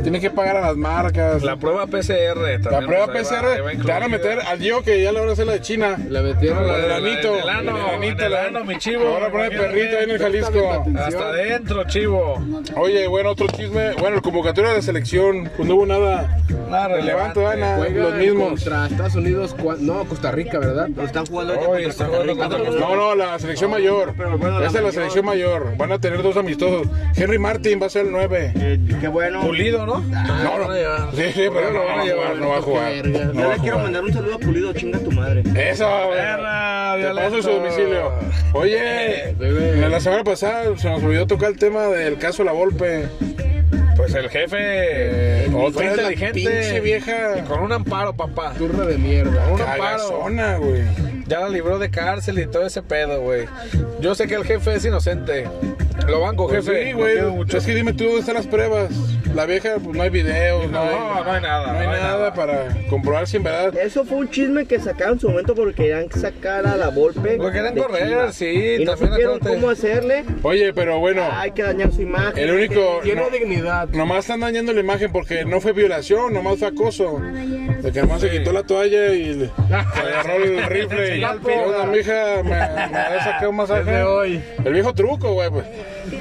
Speaker 3: tiene que pagar a las marcas.
Speaker 6: La prueba PCR.
Speaker 3: La
Speaker 6: también,
Speaker 3: prueba
Speaker 6: pues, ahí va-
Speaker 3: PCR
Speaker 6: ahí va
Speaker 3: te van a
Speaker 6: incluida.
Speaker 3: meter al Gio que ya le van a hacer la de China.
Speaker 8: Le metieron
Speaker 3: La
Speaker 8: la
Speaker 3: del
Speaker 8: de
Speaker 3: anito.
Speaker 6: del ano,
Speaker 3: La del anito,
Speaker 6: del
Speaker 3: la-
Speaker 6: ano, mi chivo.
Speaker 3: Ahora pone
Speaker 6: Imagínate.
Speaker 3: perrito ahí en el Jalisco. Ah,
Speaker 6: Hasta adentro, chivo.
Speaker 3: Oye, bueno, otro chisme. Bueno, el convocatoria de la selección, pues no hubo nada
Speaker 8: Nada
Speaker 3: relevante,
Speaker 8: relevante.
Speaker 3: Ana.
Speaker 8: Juega
Speaker 3: Los mismos.
Speaker 8: Contra Estados Unidos, cua- no, Costa Rica, ¿verdad?
Speaker 2: Pero están jugando ahorita
Speaker 3: Oye,
Speaker 2: contra
Speaker 3: está
Speaker 2: Costa
Speaker 3: bueno,
Speaker 2: Rica,
Speaker 3: contra-
Speaker 2: porque-
Speaker 3: No, no, la selección mayor.
Speaker 2: pero bueno, la
Speaker 3: Esa es la
Speaker 2: mayor.
Speaker 3: selección mayor. Van a tener dos amistosos. Henry Martin va a ser el 9.
Speaker 2: Eh, qué bueno.
Speaker 6: Pulido, ¿no?
Speaker 3: Ah, No, no. Sí, sí, pero no, va a jugar, no va a jugar. No
Speaker 2: Yo
Speaker 3: va a
Speaker 2: le quiero
Speaker 3: jugar.
Speaker 2: mandar un saludo a Pulido, chinga tu madre.
Speaker 3: Eso,
Speaker 6: Perra,
Speaker 3: Te paso
Speaker 6: violento.
Speaker 3: su domicilio. Oye, la la semana pasada se nos olvidó tocar el tema del caso La Volpe.
Speaker 6: Pues el jefe. Otro
Speaker 3: Otra vez la pinche
Speaker 6: inteligente.
Speaker 3: vieja.
Speaker 6: Y Eh, con un amparo, papá.
Speaker 8: Turra de mierda.
Speaker 6: Un amparo.
Speaker 3: Cagazona, güey.
Speaker 6: Ya la libró de cárcel y todo ese pedo, güey. Yo sé que el jefe es inocente. Lo banco,
Speaker 3: Pues
Speaker 6: jefe.
Speaker 3: sí, güey.
Speaker 6: Lo quiero mucho.
Speaker 3: Es que dime tú dónde están las pruebas. La vieja, pues no hay videos, no,
Speaker 6: No,
Speaker 3: hay,
Speaker 6: no hay nada,
Speaker 3: No hay nada para comprobar si en verdad.
Speaker 2: Eso fue un chisme que sacaron en su momento porque querían sacar a la Volpe.
Speaker 6: Lo querían
Speaker 2: de
Speaker 6: correr,
Speaker 2: Chivas.
Speaker 6: sí,
Speaker 2: Y no
Speaker 6: también
Speaker 2: supieron
Speaker 6: acuérdate.
Speaker 2: cómo hacerle.
Speaker 3: Oye, pero bueno,
Speaker 2: Hay que dañar su imagen.
Speaker 3: el único.
Speaker 8: Tiene
Speaker 3: no-
Speaker 8: dignidad.
Speaker 3: Nomás están dañando la imagen porque no fue violación, nomás fue acoso. De que nomás se quitó la toalla y le- se agarró el rifle. Y "Oiga, mija, me, me ha sacado un masaje.
Speaker 8: Desde hoy.
Speaker 3: El viejo truco, güey. Pues.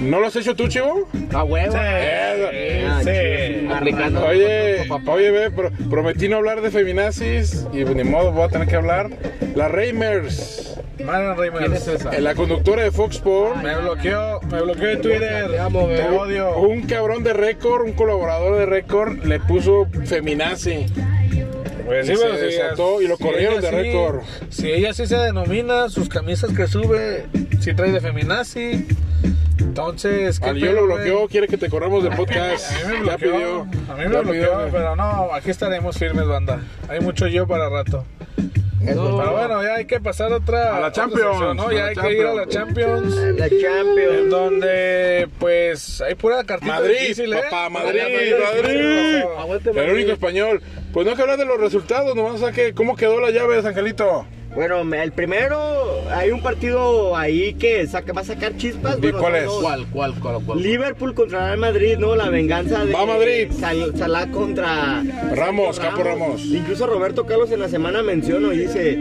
Speaker 3: ¿No lo has hecho tú, chivo?
Speaker 8: A huevo.
Speaker 3: Eso.
Speaker 2: Ah,
Speaker 6: Sí.
Speaker 8: Aplicando.
Speaker 3: Oye, oye, ve, pro- prometí no hablar de feminazis y pues, ni modo, voy a tener que hablar. La Reimers,
Speaker 6: Marian Reimers.
Speaker 8: ¿Quién es esa?
Speaker 3: eh, la conductora de Fox Sports.
Speaker 6: Me bloqueó, me bloqueó de Twitter.
Speaker 8: Te amo,
Speaker 6: Te
Speaker 8: bebé.
Speaker 6: odio.
Speaker 3: Un cabrón de récord, un colaborador de récord, le puso feminazi.
Speaker 6: Pues
Speaker 3: Y se
Speaker 6: pero
Speaker 3: desató y lo corrieron
Speaker 6: ella
Speaker 3: de récord.
Speaker 6: Si ella sí se denomina, sus camisas que sube, si trae de feminazi. Entonces,
Speaker 3: Al Ah, yo
Speaker 6: pedo,
Speaker 3: lo
Speaker 6: güey?
Speaker 3: bloqueó, quiere que te corramos del podcast.
Speaker 6: A mí me
Speaker 3: Ya
Speaker 6: bloqueó.
Speaker 3: pidió.
Speaker 6: a mí me
Speaker 3: ya
Speaker 6: bloqueó,
Speaker 3: pidió.
Speaker 6: pero no, aquí estaremos firmes, banda. Hay mucho yo para rato. Pero bueno, ya hay que pasar otra.
Speaker 3: A la
Speaker 6: otra
Speaker 3: Champions,
Speaker 6: sección, ¿no?
Speaker 3: a
Speaker 6: Ya
Speaker 3: la
Speaker 6: hay que ir a la Champions.
Speaker 2: La Champions.
Speaker 6: En donde, pues, hay pura cartita
Speaker 3: Madrid,
Speaker 6: difícil, ¿eh?
Speaker 3: papá, Madrid,
Speaker 6: Madrid,
Speaker 3: Madrid.
Speaker 8: Aguante,
Speaker 3: El
Speaker 8: Madrid.
Speaker 3: único español. Pues no hay que hablar de los resultados, nomás o sea, que cómo quedó la llave, Angelito.
Speaker 2: Bueno, me- el primero, hay un partido ahí que saca, va a sacar chispas.
Speaker 3: ¿Y
Speaker 2: bueno,
Speaker 3: cuál
Speaker 2: son
Speaker 3: es?
Speaker 2: dos.
Speaker 8: ¿Cuál, cuál, cuál, cuál?
Speaker 2: Liverpool contra Real Madrid, ¿no? La venganza de.
Speaker 3: Va Madrid.
Speaker 2: Sal- Salah contra.
Speaker 3: Ramos, Capo Ramos.
Speaker 2: Incluso Roberto Carlos en la semana mencionó y dice: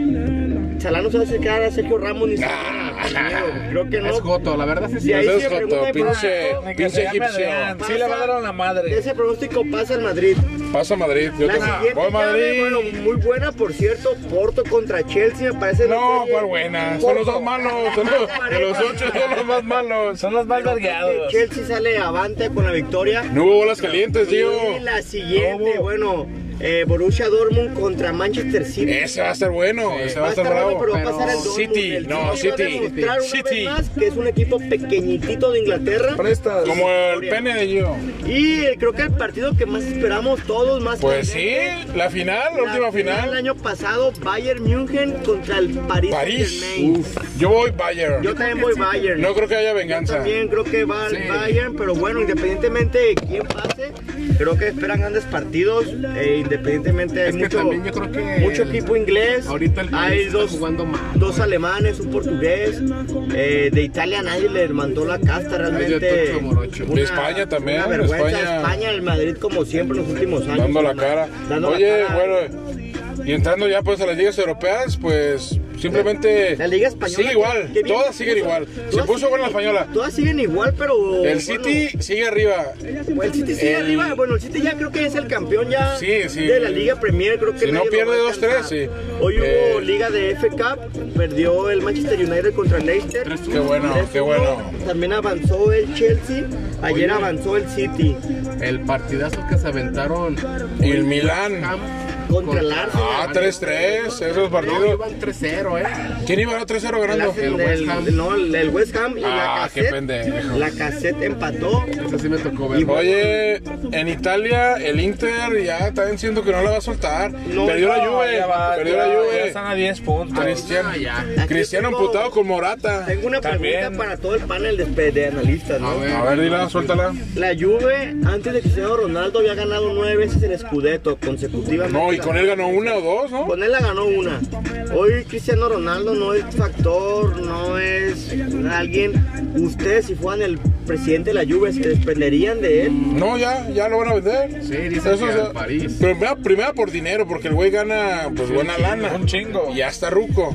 Speaker 2: Salah no se va a acercar a Sergio Ramos ni se va a ganar el torneo". Creo que no.
Speaker 8: Es Goto, la verdad sí,
Speaker 2: Sí,
Speaker 8: sí.
Speaker 2: ahí
Speaker 3: Ese es
Speaker 2: sí me pregunta,
Speaker 3: Joto, pinche,
Speaker 2: ¿no?
Speaker 6: Ni que se
Speaker 3: pinche
Speaker 6: llame
Speaker 3: egipcio.
Speaker 6: Adrián.
Speaker 2: Pasa-
Speaker 6: Sí le mandaron la madre.
Speaker 2: Ese pronóstico pasa el Madrid.
Speaker 3: Pasa Madrid. Yo
Speaker 2: La
Speaker 3: te-
Speaker 2: siguiente
Speaker 3: Voy a
Speaker 2: llave,
Speaker 3: Madrid.
Speaker 2: bueno, muy buena, por cierto. Porto contra Chelsea, me parece.
Speaker 3: No,
Speaker 2: serie-
Speaker 3: cuál buena. Son los dos malos. Son los, de los ocho son los más malos.
Speaker 6: Son los más
Speaker 2: El
Speaker 6: vergueados.
Speaker 2: Chelsea sale avante con la victoria.
Speaker 3: No hubo bolas calientes, tío.
Speaker 2: Y la siguiente, bueno, eh, Borussia Dortmund contra Manchester City.
Speaker 3: Ese va a estar bueno. Ese va a estar
Speaker 2: bueno,
Speaker 3: bravo.
Speaker 2: pero va a
Speaker 8: pero
Speaker 2: pasar el Dortmund.
Speaker 3: City,
Speaker 2: El
Speaker 3: no,
Speaker 2: City va a
Speaker 3: City,
Speaker 2: demostrar una
Speaker 3: City.
Speaker 2: vez más que es un equipo pequeñitito de Inglaterra.
Speaker 6: Prestas.
Speaker 3: Como el pene de yo.
Speaker 2: Y eh, creo que el partido que más esperamos todos, más
Speaker 3: Pues sí,
Speaker 2: candente,
Speaker 3: la final, la última
Speaker 2: El
Speaker 3: final.
Speaker 2: año pasado, Bayern München contra el París.
Speaker 3: París.
Speaker 2: Saint-Germain.
Speaker 3: Uf, yo voy Bayern.
Speaker 2: Yo también voy Bayern.
Speaker 3: No creo que haya
Speaker 2: Yo
Speaker 3: venganza.
Speaker 2: también creo que va al
Speaker 8: Sí.
Speaker 2: Bayern, pero bueno, independientemente de quién pase, creo que esperan grandes partidos. e independientemente hay
Speaker 8: Es que
Speaker 2: mucho,
Speaker 8: también yo creo que
Speaker 2: mucho
Speaker 8: el-
Speaker 2: equipo inglés.
Speaker 8: ahorita el
Speaker 2: hay
Speaker 8: país está
Speaker 2: dos,
Speaker 8: jugando mal,
Speaker 2: dos alemanes, un portugués. eh, de Italia nadie le mandó la casta
Speaker 8: Hay de
Speaker 2: realmente.
Speaker 8: tocho, morocho.
Speaker 3: De España también,
Speaker 2: Una vergüenza.
Speaker 3: España.
Speaker 2: España. el Madrid como siempre en los últimos años.
Speaker 3: Dando la
Speaker 2: hermano,
Speaker 3: cara.
Speaker 2: dando la
Speaker 3: Oye,
Speaker 2: cara.
Speaker 3: bueno. Y entrando ya pues a las ligas europeas, pues simplemente
Speaker 2: La Liga Española.
Speaker 3: sigue igual,
Speaker 2: qué bien
Speaker 3: todas
Speaker 2: se
Speaker 3: siguen
Speaker 2: puso.
Speaker 3: igual. Se
Speaker 2: Todas
Speaker 3: puso
Speaker 2: siguen-
Speaker 3: buena la española.
Speaker 2: Todas siguen igual, pero.
Speaker 3: El
Speaker 2: bueno,
Speaker 3: City sigue arriba.
Speaker 2: Pues El City sigue
Speaker 3: El-
Speaker 2: arriba, bueno, el City ya creo que es el campeón ya
Speaker 3: Sí, sí.
Speaker 2: de la Liga Premier, creo que
Speaker 3: Si
Speaker 2: nadie lo
Speaker 3: no
Speaker 2: va a
Speaker 3: pierde 2-3,
Speaker 2: alcanzar.
Speaker 3: sí.
Speaker 2: Hoy
Speaker 3: Eh,
Speaker 2: hubo Liga de F Cup, perdió el Manchester United contra el Leicester.
Speaker 3: Qué bueno,
Speaker 2: 3-1.
Speaker 3: qué bueno.
Speaker 2: También avanzó el Chelsea, ayer avanzó el City
Speaker 8: El partidazo que se aventaron.
Speaker 3: Y el Milán.
Speaker 8: Ham
Speaker 2: contra el Arsenal.
Speaker 3: Ah, 3-3, esos
Speaker 8: No,
Speaker 3: partidos.
Speaker 8: iban 3-0, ¿eh?
Speaker 3: ¿Quién iba a 3-0
Speaker 2: El
Speaker 3: ganando?
Speaker 2: Arsenal,
Speaker 8: el West Ham.
Speaker 2: el- no, el- el West Ham y
Speaker 3: Ah,
Speaker 2: la
Speaker 3: qué
Speaker 2: cassette.
Speaker 3: pendejo.
Speaker 2: La cassette empató.
Speaker 8: Eso sí me tocó ver.
Speaker 3: Oye, en Italia el Inter ya también siento que no la va a soltar.
Speaker 2: No,
Speaker 3: perdió la
Speaker 2: no,
Speaker 3: Juve,
Speaker 6: Ya va,
Speaker 3: perdió
Speaker 6: ya-
Speaker 3: la
Speaker 6: ya
Speaker 3: Juve.
Speaker 6: están a 10 puntos.
Speaker 3: Cristiano,
Speaker 8: Ah, ya.
Speaker 3: Cristiano
Speaker 2: Aquí tengo-
Speaker 3: amputado con Morata.
Speaker 2: Tengo una
Speaker 6: También.
Speaker 2: pregunta para todo el panel de, de analistas, ¿no?
Speaker 8: A ver.
Speaker 3: A ver, dila, suéltala.
Speaker 2: La Juve, antes de Cristiano Ronaldo, había ganado nueve veces el Scudetto consecutivamente.
Speaker 3: No, y con él ganó una o dos, ¿no?
Speaker 2: Con él la ganó una. Hoy Cristiano Ronaldo no es factor, no es alguien. Ustedes si fueran el presidente de la Juve, se desprenderían de él.
Speaker 3: No, ya, ya lo van a vender.
Speaker 4: Sí, dicen que
Speaker 3: ya-
Speaker 4: en París.
Speaker 3: Primera, primera por dinero, porque el güey gana pues buena lana.
Speaker 6: un chingo.
Speaker 3: Y ya está ruco.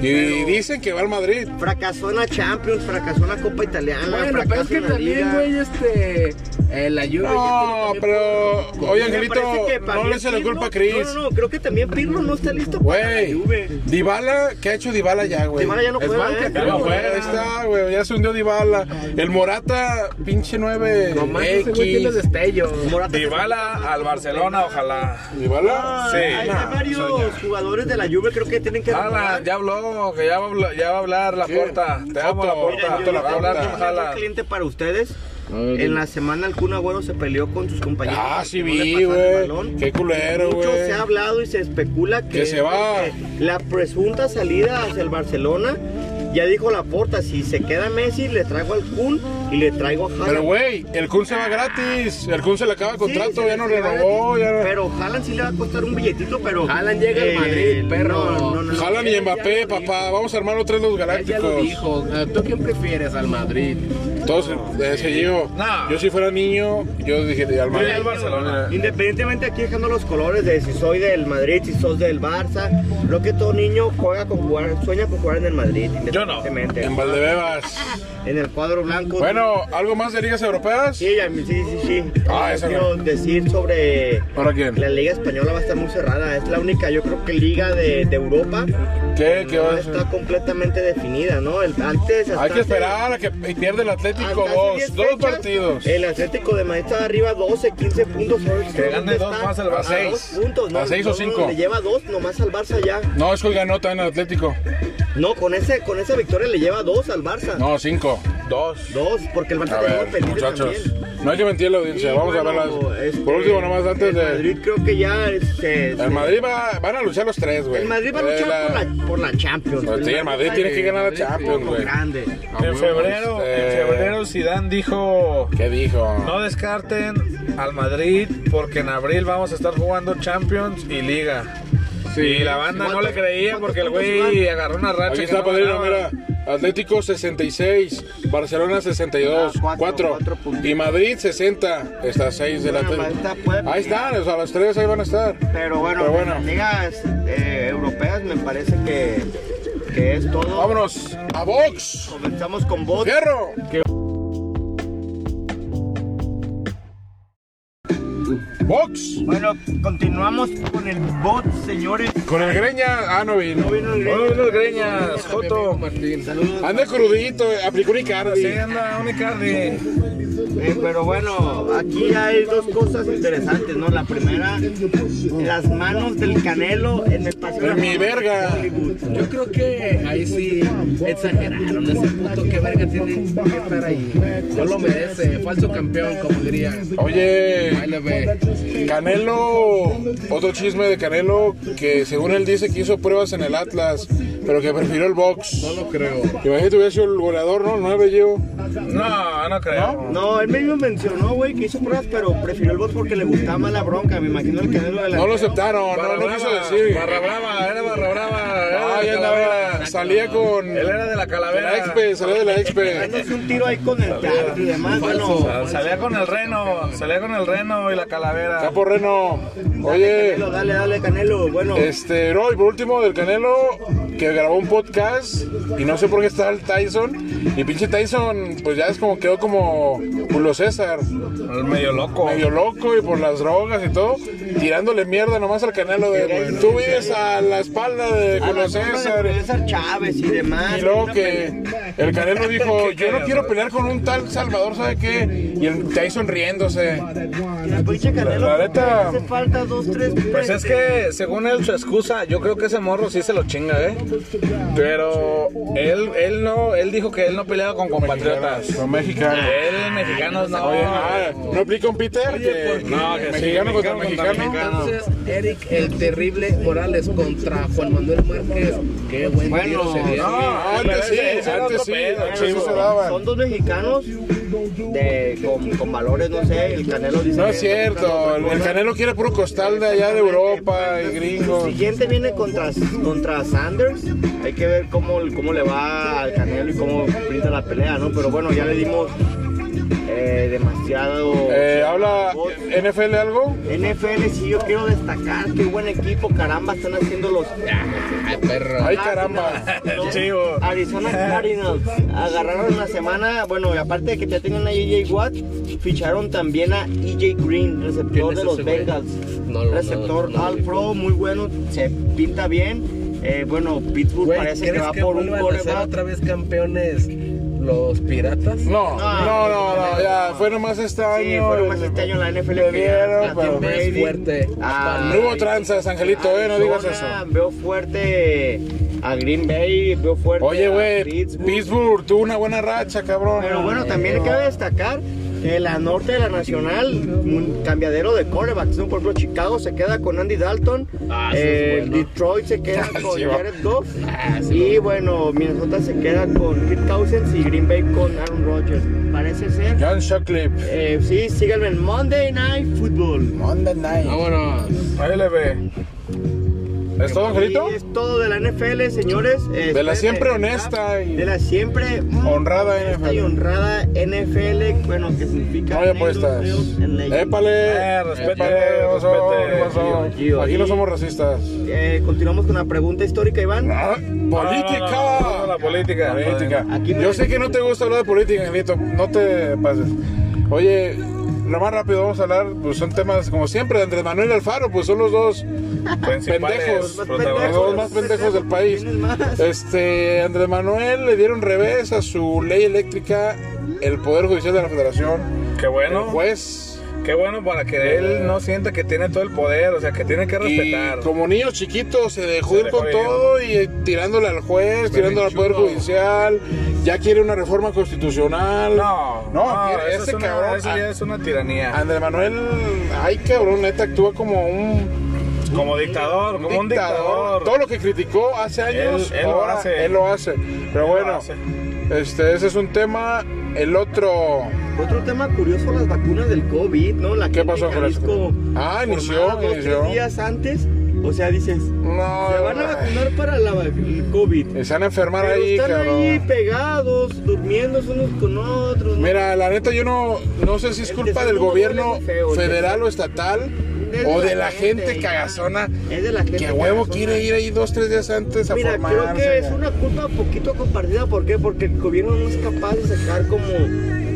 Speaker 3: Y dicen que va al Madrid.
Speaker 2: Fracasó en la Champions, fracasó en la Copa Italiana,
Speaker 4: Bueno,
Speaker 2: fracasó
Speaker 4: pero es que
Speaker 2: en la
Speaker 4: también,
Speaker 2: Liga.
Speaker 4: güey, este. eh, la Juve.
Speaker 3: No,
Speaker 4: ya tiene también
Speaker 3: pero.
Speaker 4: poco-
Speaker 3: Oye,
Speaker 2: Me
Speaker 3: Angelito,
Speaker 2: parece que
Speaker 3: no
Speaker 2: también
Speaker 3: le se le
Speaker 2: Pirlo-
Speaker 3: culpa a Chris.
Speaker 2: No, no, no, creo que también Pirlo no está listo para la
Speaker 3: Güey,
Speaker 2: Juve.
Speaker 3: Dybala, ¿qué ha hecho Dybala ya, güey?
Speaker 2: Dybala ya no
Speaker 3: Es
Speaker 2: juega,
Speaker 3: banca,
Speaker 2: ¿eh?
Speaker 3: ya no juega, ahí está, güey, ya se hundió Dybala. El Morata, pinche 9
Speaker 4: Nomás ese güey tiene
Speaker 3: X.
Speaker 4: destellos.
Speaker 2: Morata
Speaker 6: Dybala al Barcelona, ojalá.
Speaker 3: ¿Dybala?
Speaker 6: Sí.
Speaker 2: Hay, hay
Speaker 3: Ah,
Speaker 6: nah,
Speaker 2: varios jugadores de la Juve creo que tienen que
Speaker 6: Ala,
Speaker 2: renovar.
Speaker 6: ya habló, que ya va, a hablar- ya va a hablar la
Speaker 3: Sí.
Speaker 6: puerta. Te amo la
Speaker 3: Foto.
Speaker 6: puerta.
Speaker 2: Miren,
Speaker 3: Mira,
Speaker 2: yo, yo
Speaker 3: la
Speaker 6: va a
Speaker 2: tengo
Speaker 6: hablar
Speaker 2: un
Speaker 6: con Jala.
Speaker 2: cliente para ustedes. En la semana el Kun Agüero se peleó con sus compañeros.
Speaker 3: Ah,
Speaker 2: para
Speaker 3: sí
Speaker 2: que no le
Speaker 3: vi,
Speaker 2: pasaran el
Speaker 3: güey.
Speaker 2: balón.
Speaker 3: Qué culero,
Speaker 2: Mucho
Speaker 3: güey.
Speaker 2: se ha hablado y se especula que,
Speaker 3: Que se va.
Speaker 2: la presunta salida hacia el Barcelona. Ya dijo la porta, si se queda Messi, le traigo al Kun y le traigo a Haaland.
Speaker 3: Pero, güey, el Kun se va gratis. El Kun se le acaba el
Speaker 2: Sí,
Speaker 3: contrato,
Speaker 2: se
Speaker 3: ya no
Speaker 2: se va
Speaker 3: renovó.
Speaker 2: gratis,
Speaker 3: Ya...
Speaker 2: Pero Haaland sí le va a costar un billetito, pero... eh,
Speaker 4: Haaland llega al Madrid, perro.
Speaker 2: No, no, no.
Speaker 3: Jalan y Mbappé, papá. Vamos a armar los tres los
Speaker 4: Él ya lo
Speaker 3: galácticos.
Speaker 4: dijo. Eh, ¿Tú quién prefieres al Madrid?
Speaker 3: Todos de ese yo.
Speaker 6: No.
Speaker 3: Yo si fuera niño, yo dije al
Speaker 6: Voy
Speaker 3: Madrid.
Speaker 6: al Barcelona.
Speaker 2: Independientemente aquí dejando los colores de si soy del Madrid, si sos del Barça, creo que todo niño juega con jugar, sueña con jugar en el Madrid,
Speaker 6: Yo no.
Speaker 2: independientemente.
Speaker 3: En Valdebebas.
Speaker 2: En el cuadro blanco.
Speaker 3: Bueno, ¿algo más de ligas europeas?
Speaker 2: Sí, a mí- sí, sí, sí.
Speaker 3: Ah,
Speaker 2: Yo
Speaker 3: esa
Speaker 2: quiero decir sobre
Speaker 3: ¿Para quién?
Speaker 2: la liga española va a estar muy cerrada. Es la única, yo creo que liga de, de Europa
Speaker 3: ¿Qué? ¿Qué
Speaker 2: no
Speaker 3: va a ser?
Speaker 2: está completamente definida, ¿no? El, antes hasta
Speaker 3: Hay
Speaker 2: hace-
Speaker 3: que esperar a que pierde el Atlético
Speaker 2: hasta hace
Speaker 3: 2,
Speaker 2: 10
Speaker 3: dos
Speaker 2: fechas,
Speaker 3: partidos.
Speaker 2: El Atlético de Madrid está arriba 12, 15 puntos.
Speaker 6: Que gane dos más al Barça.
Speaker 2: A
Speaker 3: Seis.
Speaker 2: dos puntos, ¿no?
Speaker 3: A seis o
Speaker 2: No, no,
Speaker 3: cinco.
Speaker 2: Le lleva dos nomás al Barça ya.
Speaker 3: No, es que hoy ganó también el Atlético.
Speaker 2: No, con ese con esa victoria le lleva dos al Barça.
Speaker 3: No, 5.
Speaker 6: Dos.
Speaker 2: Dos, porque el Barça
Speaker 3: A
Speaker 2: tenía
Speaker 3: ver,
Speaker 2: pendiente
Speaker 3: muchachos.
Speaker 2: también.
Speaker 3: No hay que mentir a la audiencia.
Speaker 2: Y
Speaker 3: Vamos a
Speaker 2: bueno,
Speaker 3: verlas.
Speaker 2: este,
Speaker 3: Por último, nomás antes
Speaker 2: el Madrid
Speaker 3: de.
Speaker 2: creo que ya este,
Speaker 3: El Madrid va, van a luchar los tres, güey.
Speaker 2: el Madrid va a
Speaker 3: Eh,
Speaker 2: luchar
Speaker 3: la- Pues
Speaker 2: por, la, por la Champions.
Speaker 3: Sí, el Madrid tiene que ganar la Champions,
Speaker 2: Lo
Speaker 3: güey.
Speaker 2: grande.
Speaker 3: Ah,
Speaker 6: En febrero, en
Speaker 3: Eh,
Speaker 6: febrero Zidane dijo,
Speaker 3: ¿Qué dijo?
Speaker 6: no descarten al Madrid porque en abril vamos a estar jugando Champions y Liga. y la banda no le creía porque el güey agarró una racha.
Speaker 3: Aquí
Speaker 6: que
Speaker 3: está,
Speaker 6: no
Speaker 3: padrino,
Speaker 6: ganaba.
Speaker 3: mira. Atlético 66, Barcelona 62,
Speaker 2: Ah, cuatro,
Speaker 3: 4,
Speaker 2: cuatro puntitos.
Speaker 3: y Madrid 60, está 6 del
Speaker 2: Bueno,
Speaker 3: Atlético.
Speaker 2: ahí está, puede-
Speaker 3: Ahí están, o sea, los tres ahí van a estar.
Speaker 2: Pero bueno,
Speaker 3: Pero bueno.
Speaker 2: las ligas eh, europeas me parece que, que es todo.
Speaker 3: Vámonos a box.
Speaker 2: Comenzamos con vos.
Speaker 3: ¡Fierro! ¡Box!
Speaker 2: Bueno, continuamos con el bot, señores.
Speaker 3: Con el greña, ah, no vino.
Speaker 2: No vino el
Speaker 6: Hoy
Speaker 2: Grecia.
Speaker 6: los greñas, Joto.
Speaker 2: Saludos.
Speaker 3: Anda crudito, eh, aplicó un Icardi.
Speaker 6: Sí, anda, un Icardi.
Speaker 2: Eh, pero bueno, aquí hay dos cosas interesantes, ¿no? La primera, las manos del Canelo en el paseo.
Speaker 3: En mi verga.
Speaker 4: Yo creo que ahí sí exageraron. Ese punto que verga tiene que estar ahí. No lo merece. Falso campeón, como diría. Ahí
Speaker 3: Oye,
Speaker 4: le ve.
Speaker 3: Canelo, otro chisme de Canelo que según él dice que hizo pruebas en el Atlas, pero que prefirió el box.
Speaker 4: No lo creo.
Speaker 3: Imagínate, hubiera sido el goleador, ¿no? 9 llevo.
Speaker 6: No, no creo.
Speaker 2: No, él mismo mencionó, güey, que hizo pruebas, pero prefirió el box porque le gustaba más la bronca. Me imagino el Canelo de la.
Speaker 3: No lo aceptaron, no,
Speaker 6: Barra
Speaker 3: no
Speaker 6: brava,
Speaker 3: quiso decir.
Speaker 6: Barra brava, era barra brava. era
Speaker 3: Ah,
Speaker 6: de
Speaker 3: ya
Speaker 6: la
Speaker 3: andaba,
Speaker 6: calavera.
Speaker 3: salía con
Speaker 6: Él era de la
Speaker 3: la
Speaker 6: calavera.
Speaker 3: expe, salía de la expe.
Speaker 2: Dándose un tiro ahí con el carro y demás, bueno.
Speaker 6: Ah, Salía con el reno, salía con el reno y la calavera.
Speaker 3: Capo Reno.
Speaker 2: Dale,
Speaker 3: Oye,
Speaker 2: Canelo, dale, dale, Canelo. Bueno,
Speaker 3: Este, no, y por último, del Canelo, que grabó un podcast y no sé por qué está el Tyson. Y pinche Tyson, pues ya es como quedó como Julio César,
Speaker 6: Medio loco.
Speaker 3: medio loco y por las drogas y todo, tirándole mierda nomás al Canelo. De, Tú vives a la espalda de
Speaker 2: a la
Speaker 3: Julio
Speaker 2: sombra de
Speaker 3: César.
Speaker 2: Julio César Chávez y demás.
Speaker 3: Y luego
Speaker 2: Una
Speaker 3: que el Canelo dijo, yo no
Speaker 6: quiero,
Speaker 3: quiero pelear con un tal Salvador, ¿sabe qué? Y el Tyson riéndose.
Speaker 2: pelea, pinche Canelo.
Speaker 3: la neta-
Speaker 2: Hace falta dos, tres.
Speaker 6: Pues es que, según él, su excusa, yo creo que ese morro sí se lo chinga, ¿eh? Pero él, él no, él dijo que él no peleaba con compatriotas.
Speaker 3: Con mexicano.
Speaker 6: Él, mexicanos, no.
Speaker 3: Oye, ah, ¿no aplica un Peter? Que-
Speaker 6: No, que sí,
Speaker 3: mexicano contra mexicano.
Speaker 4: Entonces, Eric el Terrible Morales contra Juan Manuel Márquez. Qué buen tiro se dio.
Speaker 3: No, Ah, antes sí,
Speaker 6: Ese era
Speaker 3: antes
Speaker 6: otro
Speaker 3: sí,
Speaker 6: pedo,
Speaker 3: antes sí
Speaker 6: eso.
Speaker 3: se daban.
Speaker 2: Son dos mexicanos de, con, con valores, no sé. El Canelo dice.
Speaker 3: No
Speaker 2: que-
Speaker 3: es cierto, el, el Canelo quiere puro costal de allá de Europa y
Speaker 2: El
Speaker 3: gringos.
Speaker 2: siguiente viene contra, contra Sanders. Hay que ver cómo, cómo le va al Canelo y cómo pinta la pelea, ¿no? Pero bueno, ya le dimos eh, demasiado.
Speaker 3: Eh, ¿Habla NFL algo?
Speaker 2: NFL, sí, yo quiero destacar. Qué buen equipo, caramba, están haciendo los.
Speaker 4: Ay, perro.
Speaker 3: Ay, caramba.
Speaker 2: Cardinals, ¿no?
Speaker 6: Chivo.
Speaker 2: Arizona Cardinals agarraron la semana, bueno, y aparte de que ya tenían a EJ Watt, ficharon también a EJ Green,
Speaker 4: ¿Quién
Speaker 2: receptor
Speaker 4: es
Speaker 2: de los
Speaker 4: ese güey?
Speaker 2: Bengals.
Speaker 4: No lo-
Speaker 2: receptor
Speaker 4: no lo- no lo
Speaker 2: All
Speaker 4: vi.
Speaker 2: Pro, muy bueno, se pinta bien. Eh, bueno, Pittsburgh
Speaker 4: Güey,
Speaker 2: parece que
Speaker 4: ¿quieres
Speaker 2: va
Speaker 4: que
Speaker 2: por un
Speaker 4: vuelvan a ser
Speaker 2: quarterback.
Speaker 4: otra vez campeones los piratas?
Speaker 2: No,
Speaker 3: No, no, no,
Speaker 2: no,
Speaker 3: no, ya, fue nomás este
Speaker 2: Sí,
Speaker 3: año.
Speaker 2: fueron más este año la NFL
Speaker 3: Le
Speaker 2: que ya-
Speaker 3: dieron,
Speaker 2: ya
Speaker 3: pero-
Speaker 2: Tom
Speaker 4: Ves
Speaker 2: Brady,
Speaker 4: fuerte.
Speaker 2: a-
Speaker 3: No hubo tranzas, Angelito, eh, no digas eso.
Speaker 2: Arizona, Veo fuerte a Green Bay, veo fuerte
Speaker 3: Oye,
Speaker 2: a
Speaker 3: güey,
Speaker 2: Pittsburgh.
Speaker 3: Pittsburgh tuvo una buena racha, cabrón.
Speaker 2: Pero bueno, también cabe destacar que la norte de la nacional, un cambiadero de corebacks, ¿no? Por ejemplo, Chicago se queda con Andy Dalton,
Speaker 4: Ah, eso es
Speaker 2: eh,
Speaker 4: bueno.
Speaker 2: Detroit se queda con
Speaker 3: Sí, va.
Speaker 2: Jared Goff,
Speaker 4: Ah, sí,
Speaker 2: y bueno, Minnesota se queda con Kirk Cousins y Green Bay con Aaron Rodgers. Parece ser.
Speaker 3: John Shockley.
Speaker 2: Eh, sí, síganme en Monday Night Football.
Speaker 3: Monday night.
Speaker 4: Vámonos.
Speaker 3: Ahí le ve. ¿Es todo, Angelito?
Speaker 2: Y es todo de la NFL, señores. Eh,
Speaker 3: De la
Speaker 2: espérenme,
Speaker 3: siempre
Speaker 2: ¿verdad?
Speaker 3: honesta y-
Speaker 2: De la siempre mm,
Speaker 3: Honrada
Speaker 2: honesta y
Speaker 3: NFL.
Speaker 2: honrada NFL, bueno, que significa...
Speaker 3: No hay apuestas.
Speaker 2: negros, feos, en leyes.
Speaker 3: Épale.
Speaker 6: Eh, respete,
Speaker 3: Épale, ¿qué pasó?
Speaker 6: respete.
Speaker 3: ¿Qué pasó?
Speaker 2: Gio, Gio,
Speaker 3: Aquí no
Speaker 2: y-
Speaker 3: somos racistas.
Speaker 2: Eh, continuamos con la pregunta histórica, Iván.
Speaker 3: Ah,
Speaker 6: No, no, no, no, no, la política.
Speaker 3: Política.
Speaker 2: Ah, Aquí no
Speaker 3: Yo
Speaker 2: hay-
Speaker 3: sé que no te gusta hablar de política, Angelito. No te pases. Oye, lo más rápido vamos a hablar, pues son temas como siempre, de Andrés Manuel y Alfaro, pues son los dos pendejos,
Speaker 2: Los más
Speaker 3: los dos más pendejos del país.
Speaker 2: ¿Quién es más?
Speaker 3: Este, Andrés Manuel le dieron revés a su ley eléctrica, el Poder Judicial de la Federación,
Speaker 6: Qué
Speaker 3: el
Speaker 6: bueno.
Speaker 3: juez,
Speaker 6: Qué bueno para que él no sienta que tiene todo el poder, o sea, que tiene que
Speaker 3: y
Speaker 6: respetar.
Speaker 3: como niños chiquitos se dejó
Speaker 6: Se
Speaker 3: ir
Speaker 6: dejó
Speaker 3: con
Speaker 6: ir.
Speaker 3: todo y eh, tirándole al juez, tirándole al Poder
Speaker 6: Berrinchudo.
Speaker 3: Judicial, ya quiere una reforma constitucional.
Speaker 6: No,
Speaker 3: no, mira,
Speaker 6: eso
Speaker 3: ese
Speaker 6: es una-
Speaker 3: cabrón. ah,
Speaker 6: eso ya es una tiranía.
Speaker 3: Andrés Manuel, ay cabrón, neta, actúa como un,
Speaker 6: como dictador, como un dictador.
Speaker 3: Todo lo que criticó hace años,
Speaker 6: Él- él lo
Speaker 3: ahora
Speaker 6: hace.
Speaker 3: él lo hace. Pero
Speaker 6: lo
Speaker 3: bueno,
Speaker 6: hace.
Speaker 3: este, ese es un tema. El otro,
Speaker 2: Otro tema curioso, las vacunas del COVID, ¿no? La
Speaker 3: ¿Qué
Speaker 2: gente
Speaker 3: pasó
Speaker 2: en
Speaker 3: con eso?
Speaker 2: Jalisco
Speaker 3: Ah,
Speaker 2: formada
Speaker 3: inició,
Speaker 2: dos, tres
Speaker 3: inició.
Speaker 2: días antes, o sea, dices,
Speaker 3: no,
Speaker 2: se van a vacunar para la vac- el COVID.
Speaker 3: se van a enfermar
Speaker 2: Pero
Speaker 3: ahí,
Speaker 2: están
Speaker 3: cabrón.
Speaker 2: ahí pegados, durmiendo unos con otros. ¿no?
Speaker 3: Mira, la neta, yo no, no sé si es
Speaker 2: El
Speaker 3: culpa
Speaker 2: que
Speaker 3: del
Speaker 2: sí no
Speaker 3: gobierno
Speaker 2: huele feo, el que
Speaker 3: federal
Speaker 2: sí.
Speaker 3: o estatal
Speaker 2: Es
Speaker 3: o de la gente
Speaker 2: ya.
Speaker 3: cagazona
Speaker 2: Es de la gente
Speaker 3: que a huevo
Speaker 2: cagazona.
Speaker 3: quiere ir ahí dos, tres días antes a
Speaker 2: Mira,
Speaker 3: formarse.
Speaker 2: creo que es una culpa poquito compartida. ¿Por qué? Porque el gobierno no es capaz de sacar como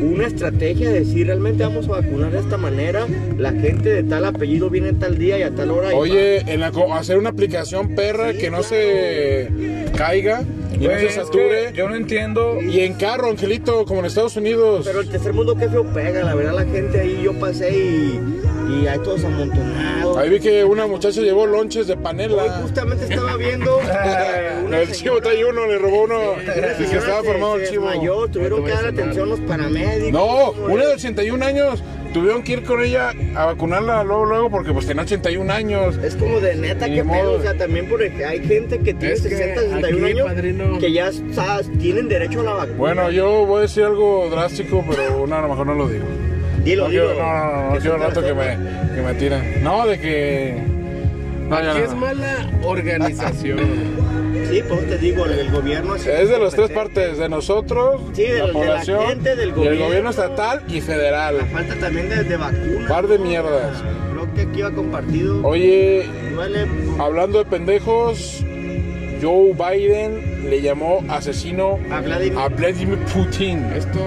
Speaker 2: una estrategia de decir realmente vamos a vacunar de esta manera. La gente de tal apellido viene tal día y a tal hora. y va.
Speaker 3: Oye, en la co- hacer una aplicación perra
Speaker 2: Sí,
Speaker 3: que no
Speaker 2: claro. Pues,
Speaker 3: se caiga y
Speaker 6: Güey,
Speaker 3: no se
Speaker 6: es que
Speaker 3: sature.
Speaker 6: Yo no entiendo.
Speaker 3: Y en carro, Angelito, como en Estados Unidos.
Speaker 2: pero el tercer mundo que feo pega. La verdad, la gente ahí yo pasé y, y hay todos amontonados.
Speaker 3: Ahí vi que una muchacha llevó lonches de
Speaker 2: Hoy
Speaker 3: panela.
Speaker 2: justamente estaba viendo. eh, una
Speaker 3: el chivo
Speaker 2: señora-
Speaker 3: trae uno, le robó uno.
Speaker 2: una
Speaker 3: Y que
Speaker 2: señora
Speaker 3: estaba
Speaker 2: se-
Speaker 3: formado el
Speaker 2: se
Speaker 3: chivo.
Speaker 2: desmayó, tuvieron que dar
Speaker 4: Ahorita voy a
Speaker 2: atención los paramédicos.
Speaker 3: No,
Speaker 2: ¿Cómo
Speaker 3: una de
Speaker 2: es?
Speaker 3: 81 años. Tuvieron que ir con ella a vacunarla luego, luego, porque pues tenía 81 años.
Speaker 2: Es como de neta,
Speaker 3: Ni
Speaker 2: que
Speaker 3: modo.
Speaker 2: pedo. O sea, también porque hay gente que tiene
Speaker 4: Es que
Speaker 2: 60, 61
Speaker 4: aquí,
Speaker 2: años
Speaker 4: padrino.
Speaker 2: que ya o sea, tienen derecho a la vacuna.
Speaker 3: Bueno, yo voy a decir algo drástico, pero no, a lo mejor no lo digo.
Speaker 2: dilo,
Speaker 3: No,
Speaker 2: dilo.
Speaker 3: quiero, no, no, no, no
Speaker 2: Que
Speaker 3: quiero
Speaker 2: se
Speaker 3: rato que me,
Speaker 2: transforma.
Speaker 3: que me tiren. No, de que... No, ya
Speaker 4: Aquí
Speaker 3: no.
Speaker 4: es mala organización.
Speaker 2: Sí, pues te digo, el, del gobierno así-
Speaker 3: Es de las tres partes, de nosotros,
Speaker 2: Sí, de- de
Speaker 3: la
Speaker 2: la
Speaker 3: población,
Speaker 2: gente, del
Speaker 3: y el
Speaker 2: gobierno.
Speaker 3: gobierno estatal y
Speaker 2: La
Speaker 3: federal.
Speaker 2: falta también de, de vacunas.
Speaker 3: Par de
Speaker 2: ¿no?
Speaker 3: mierdas.
Speaker 2: Creo que aquí va compartido.
Speaker 3: Oye,
Speaker 2: Duele.
Speaker 3: hablando de pendejos, Joe Biden le llamó asesino
Speaker 2: A Vladimir.
Speaker 3: a Vladimir Putin.
Speaker 4: Esto.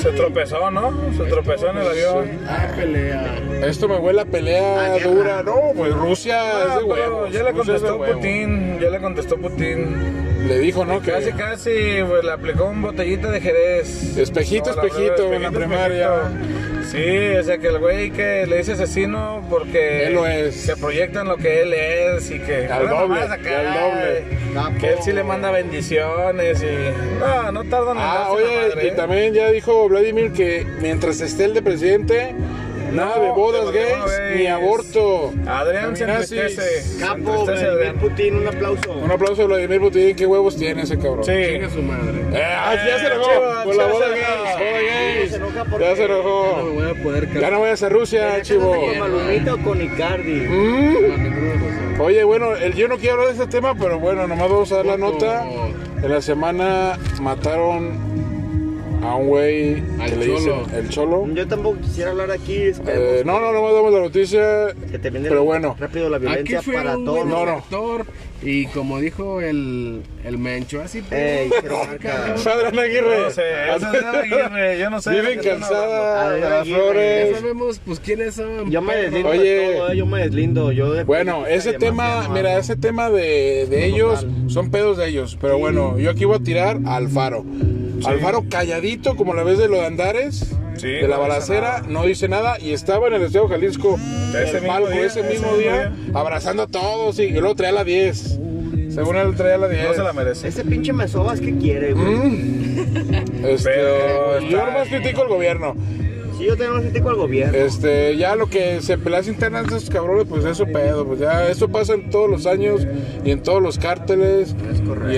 Speaker 6: Se tropezó, ¿no? Se tropezó en el avión.
Speaker 4: Ah, pelea.
Speaker 3: Esto me huele a pelea
Speaker 2: A guerra.
Speaker 3: dura. No, pues Rusia es
Speaker 6: Ah,
Speaker 3: de
Speaker 6: pero
Speaker 3: huevos.
Speaker 6: ya le
Speaker 3: Rusia es de
Speaker 6: contestó
Speaker 3: huevos.
Speaker 6: Putin, ya le contestó Putin.
Speaker 3: Le dijo, ¿no? Que
Speaker 6: Casi, casi, pues le aplicó un botellita de Jerez.
Speaker 3: Espejito,
Speaker 6: No, la
Speaker 3: espejito,
Speaker 6: prueba,
Speaker 3: en la
Speaker 6: espejito,
Speaker 3: primaria.
Speaker 6: espejito. Sí, o sea que el güey que le dice asesino porque
Speaker 3: Él lo es.
Speaker 6: se proyectan lo que él es y que
Speaker 3: Al
Speaker 6: Pura
Speaker 3: doble,
Speaker 6: mamada,
Speaker 3: y
Speaker 6: caray.
Speaker 3: al doble.
Speaker 2: Capo.
Speaker 6: Que él sí le manda bendiciones y no, no tardan en
Speaker 3: Ah,
Speaker 6: darse la madre,
Speaker 3: oye,
Speaker 6: ¿eh?
Speaker 3: y también ya dijo Vladimir que mientras esté el de presidente, nada de
Speaker 6: No,
Speaker 3: bodas
Speaker 6: de
Speaker 3: gays
Speaker 6: bodas gays.
Speaker 3: ni aborto.
Speaker 6: Adrián se
Speaker 3: Feminazis.
Speaker 6: entristece. se
Speaker 2: Capo,
Speaker 6: entristece
Speaker 2: Vladimir
Speaker 6: Adrián.
Speaker 2: Putin, un aplauso.
Speaker 3: Un aplauso a Vladimir Putin, qué huevos tiene ese cabrón.
Speaker 4: Chinga
Speaker 6: Sí.
Speaker 4: su madre.
Speaker 3: Eh, ah, ya se enojó.
Speaker 6: Chivas,
Speaker 3: Por la
Speaker 6: Chivas
Speaker 3: boda
Speaker 6: se enoja.
Speaker 3: gays, boda gays.
Speaker 2: se enoja porque-
Speaker 3: Ya se
Speaker 4: Ya No
Speaker 3: enojó.
Speaker 4: voy a poder
Speaker 3: Ya no vayas a Rusia,
Speaker 2: ¿Te casas
Speaker 3: chivo.
Speaker 2: ¿Con Malumita o con Icardi?
Speaker 3: Mm.
Speaker 4: No, ninguno de los dos.
Speaker 3: Oye, bueno, el- yo no quiero hablar de este tema, pero bueno, nomás vamos a dar la
Speaker 4: Poco.
Speaker 3: nota. En la semana mataron a un güey
Speaker 4: Al
Speaker 3: que le
Speaker 4: Cholo.
Speaker 3: dicen el cholo.
Speaker 2: Yo tampoco quisiera hablar aquí. esperemos
Speaker 3: Eh, no, no, no damos la noticia.
Speaker 2: que termine
Speaker 3: Pero bueno,
Speaker 2: rápido la
Speaker 4: Aquí
Speaker 2: violencia
Speaker 4: fue
Speaker 2: para
Speaker 4: un
Speaker 2: todos.
Speaker 4: buen
Speaker 3: No, no.
Speaker 4: actor, y como dijo el, el Mencho, así
Speaker 2: Ey,
Speaker 4: pues,
Speaker 2: pero marca.
Speaker 3: Adrián Aguirre.
Speaker 6: No sé, esa es Adrián Aguirre, yo no sé.
Speaker 3: Viven
Speaker 6: de qué están hablando.
Speaker 3: cansada,
Speaker 2: Adrián
Speaker 3: Adriana
Speaker 2: Aguirre.
Speaker 4: Ya
Speaker 3: Flores.
Speaker 4: sabemos pues quiénes son.
Speaker 2: Yo me deslindo de
Speaker 3: Oye.
Speaker 2: todo, eh, yo me deslindo. Yo de-
Speaker 3: Bueno, ese
Speaker 2: de
Speaker 3: tema,
Speaker 2: demasiado,
Speaker 3: mira, ese tema de, de ellos son pedos de ellos. Pero bueno, yo aquí voy a tirar a Alfaro. Alfaro calladito, como la vez de lo de Andares,
Speaker 6: Sí,
Speaker 3: de la
Speaker 6: no dice
Speaker 3: balacera,
Speaker 6: nada.
Speaker 3: no dice nada y estaba en el Estadio Jalisco,
Speaker 6: Ese
Speaker 3: el
Speaker 6: mismo
Speaker 3: palco,
Speaker 6: día,
Speaker 3: ese mismo día, abrazando a todos y luego traía la 10. Según él traía la 10.
Speaker 6: No se la merece.
Speaker 2: Ese pinche me sobas que quiere, güey.
Speaker 3: Este,
Speaker 6: Pero
Speaker 3: yo
Speaker 6: está-
Speaker 3: nomás critico al gobierno.
Speaker 2: Si yo tengo critico al gobierno.
Speaker 3: Este, ya lo que se peleas internas de esos cabrones, pues eso pedo, pues ya eso pasa en todos los años y en todos los cárteles y en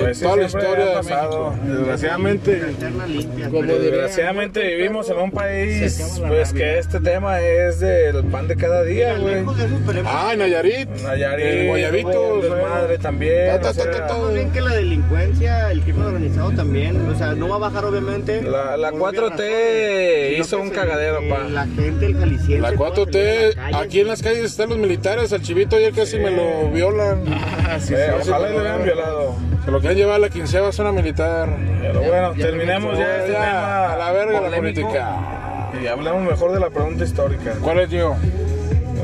Speaker 6: Pues sí,
Speaker 3: toda la
Speaker 6: siempre
Speaker 3: historia
Speaker 6: ha
Speaker 3: de
Speaker 6: pasado.
Speaker 3: México.
Speaker 6: Desgraciadamente,
Speaker 2: Interna limpia.
Speaker 4: Como
Speaker 2: pero-
Speaker 4: diría-
Speaker 6: desgraciadamente vivimos en un
Speaker 4: Se
Speaker 6: país
Speaker 4: acaba la
Speaker 6: pues
Speaker 4: rabia.
Speaker 6: que este tema es del pan de cada día, güey.
Speaker 2: Lejos de esos esperemos
Speaker 3: Ah, en Nayarit,
Speaker 6: Nayarit,
Speaker 3: en
Speaker 6: güey,
Speaker 3: Guayabitos,
Speaker 6: el desmadre también,
Speaker 3: Ta, ta,
Speaker 6: o sea, eh,
Speaker 3: ta, ta, ta.
Speaker 2: Más bien que la delincuencia, el crimen organizado también, o sea, no va a bajar obviamente.
Speaker 6: La, la
Speaker 2: por
Speaker 6: 4T
Speaker 2: obvias razones,
Speaker 6: hizo
Speaker 2: sino
Speaker 6: un
Speaker 2: que
Speaker 6: cagadero,
Speaker 2: se-
Speaker 6: pa.
Speaker 2: La gente, el jalisciense.
Speaker 3: la
Speaker 2: todo salir
Speaker 3: 4T,
Speaker 2: a la calle.
Speaker 3: aquí en las calles están los militares, al chivito ayer casi me lo violan.
Speaker 4: Ah, sí,
Speaker 6: Eh,
Speaker 4: sí.
Speaker 6: ojalá y lo hubieran violado.
Speaker 3: Se lo quieren llevar a la quinceava zona militar.
Speaker 6: Pero bueno,
Speaker 4: ya
Speaker 6: terminemos ya este
Speaker 3: Ya,
Speaker 6: tema.
Speaker 3: a la verga la
Speaker 6: polémico
Speaker 3: política.
Speaker 6: Y hablemos mejor de la pregunta histórica.
Speaker 3: ¿Cuál es yo?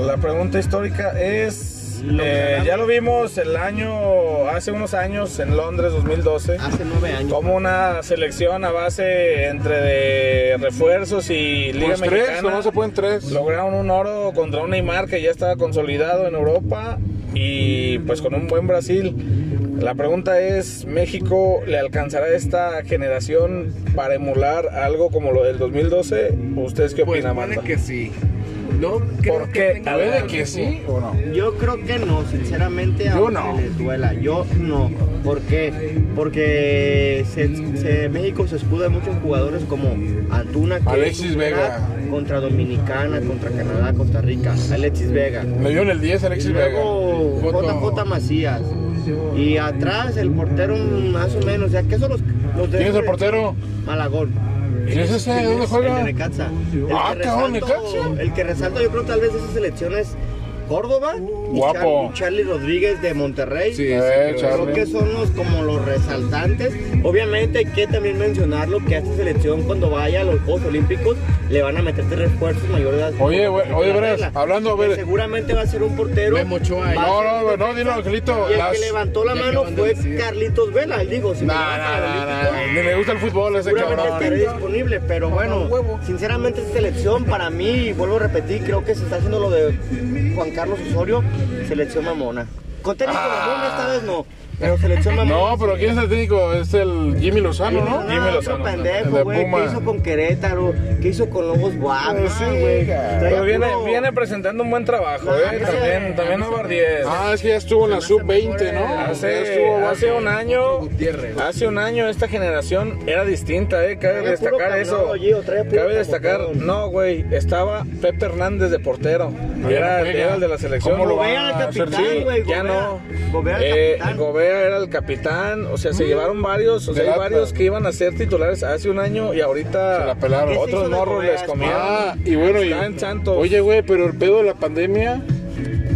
Speaker 6: La pregunta histórica es, eh, ya lo vimos el año, hace unos años en Londres 2012,
Speaker 4: Ah.
Speaker 2: Hace nueve años.
Speaker 6: como una selección a base entre de refuerzos y liga
Speaker 3: Pues tres,
Speaker 6: mexicana.
Speaker 3: nomás se pueden tres.
Speaker 6: Lograron un oro contra un Neymar que ya estaba consolidado en Europa y pues con un buen Brasil. La pregunta es, ¿México le alcanzará a esta generación para emular algo como lo del 2012? ¿Ustedes qué
Speaker 4: Pues
Speaker 6: opinan,
Speaker 4: puede
Speaker 6: Marta?
Speaker 4: que sí. No, creo
Speaker 6: ¿Por
Speaker 4: que
Speaker 6: qué?
Speaker 4: tenga
Speaker 6: A ver,
Speaker 4: nada
Speaker 3: ¿De que sí o no?
Speaker 2: Yo creo que no, sinceramente,
Speaker 3: Yo
Speaker 2: aunque
Speaker 3: no.
Speaker 2: les duela. Yo no. ¿Por qué? Porque se- se- México se escuda en muchos jugadores como Antuna, que
Speaker 3: Alexis
Speaker 2: es un
Speaker 3: Vega.
Speaker 2: crack, contra Dominicana, contra Canadá, Costa Rica, Alexis Vega.
Speaker 3: Me dio en el 10
Speaker 2: Y
Speaker 3: Alexis Vega.
Speaker 2: luego JJ Macías. Y atrás el portero más o menos. O sea, que son los, los de-
Speaker 3: ¿Quién es el portero?
Speaker 2: Malagón.
Speaker 3: ¿Quién es ese? ¿Dónde
Speaker 2: El de
Speaker 3: juega?
Speaker 2: Necaxa. El
Speaker 3: Ah,
Speaker 2: que
Speaker 3: cabrón,
Speaker 2: resalto-
Speaker 3: Necaxa.
Speaker 2: El que resalta, yo creo tal vez de esas elecciones Córdoba y
Speaker 3: Guapo.
Speaker 2: Char- y Charlie Rodríguez de Monterrey.
Speaker 4: Sí,
Speaker 3: Eh,
Speaker 2: Creo que
Speaker 3: Charlie.
Speaker 2: son los como los resaltantes. Obviamente hay que también mencionarlo que a esta selección cuando vaya a los Juegos Olímpicos le van a meter tres refuerzos mayores de edad.
Speaker 3: Oye, güey, oye,
Speaker 2: La
Speaker 3: verás,
Speaker 2: regla.
Speaker 3: hablando, a
Speaker 2: Que
Speaker 3: ver.
Speaker 2: Seguramente va a ser un portero.
Speaker 4: Memo Ochoa.
Speaker 2: Va a
Speaker 3: No,
Speaker 2: ser
Speaker 3: no,
Speaker 2: un
Speaker 3: no, no, dilo, Angelito.
Speaker 2: y el
Speaker 3: Las-
Speaker 2: que levantó la
Speaker 4: Ya
Speaker 2: mano
Speaker 4: acaban de
Speaker 2: fue
Speaker 4: decir.
Speaker 2: Carlitos Vela, digo. Si me
Speaker 3: No,
Speaker 2: vas a
Speaker 3: no, no,
Speaker 2: Carlitos
Speaker 3: no, no, Ni le gusta el fútbol a ese
Speaker 2: Seguramente estaré
Speaker 3: cabrón.
Speaker 2: disponible, pero bueno, sinceramente esta selección para mí, vuelvo a repetir, creo que se está haciendo lo de Juan Carlos Osorio, selección mamona. Con técnico mamona esta vez no, pero selección mamona.
Speaker 3: No, pero ¿quién es el técnico? Es el Jimmy Lozano, ¿no?
Speaker 2: Dime los
Speaker 3: El de
Speaker 2: pendejo, güey.
Speaker 3: Puma.
Speaker 2: ¿Qué hizo con Querétaro? ¿Qué hizo con Lobos Guapos,
Speaker 3: Sí,
Speaker 2: güey?
Speaker 3: cara.
Speaker 2: Traía
Speaker 6: Pero viene,
Speaker 2: puro-
Speaker 6: viene presentando un buen trabajo,
Speaker 2: Nah,
Speaker 6: ¿eh?
Speaker 2: ese-
Speaker 6: También, también no bardies.
Speaker 3: Ah, es que ya estuvo en la sub-20, ¿no?
Speaker 2: Ah,
Speaker 3: Ya estuvo
Speaker 6: Hace,
Speaker 3: bajo.
Speaker 6: hace un año,
Speaker 4: Gutiérrez.
Speaker 6: hace un año esta generación era distinta, ¿eh? Cabe
Speaker 2: Trae puro
Speaker 6: destacar
Speaker 2: cabrón,
Speaker 6: eso.
Speaker 2: Gio, trae puro
Speaker 6: Cabe destacar,
Speaker 2: cabrón.
Speaker 6: no, güey, estaba Pepe Hernández de portero.
Speaker 3: ya
Speaker 6: Era,
Speaker 3: no juega.
Speaker 6: era el de la selección.
Speaker 3: ¿Cómo lo va
Speaker 2: Gobea era el
Speaker 3: a hacer?
Speaker 2: capitán,
Speaker 3: Sí.
Speaker 2: güey,
Speaker 6: Ya
Speaker 2: Gobea.
Speaker 6: no.
Speaker 2: Gobea era el
Speaker 6: Eh,
Speaker 2: capitán. Mm.
Speaker 6: Gobea era el capitán. O sea, se llevaron varios. O sea,
Speaker 3: Del
Speaker 6: hay varios
Speaker 3: Atlas.
Speaker 6: que iban a ser titulares hace un año y ahorita
Speaker 3: Se la
Speaker 2: ¿Qué
Speaker 3: pelaron.
Speaker 2: se hizo
Speaker 6: otros
Speaker 2: de
Speaker 6: morros
Speaker 2: Gobea?
Speaker 6: les comieron.
Speaker 3: Ah, y bueno, y,
Speaker 6: Está en Santos.
Speaker 3: oye, güey, pero el pedo de la pandemia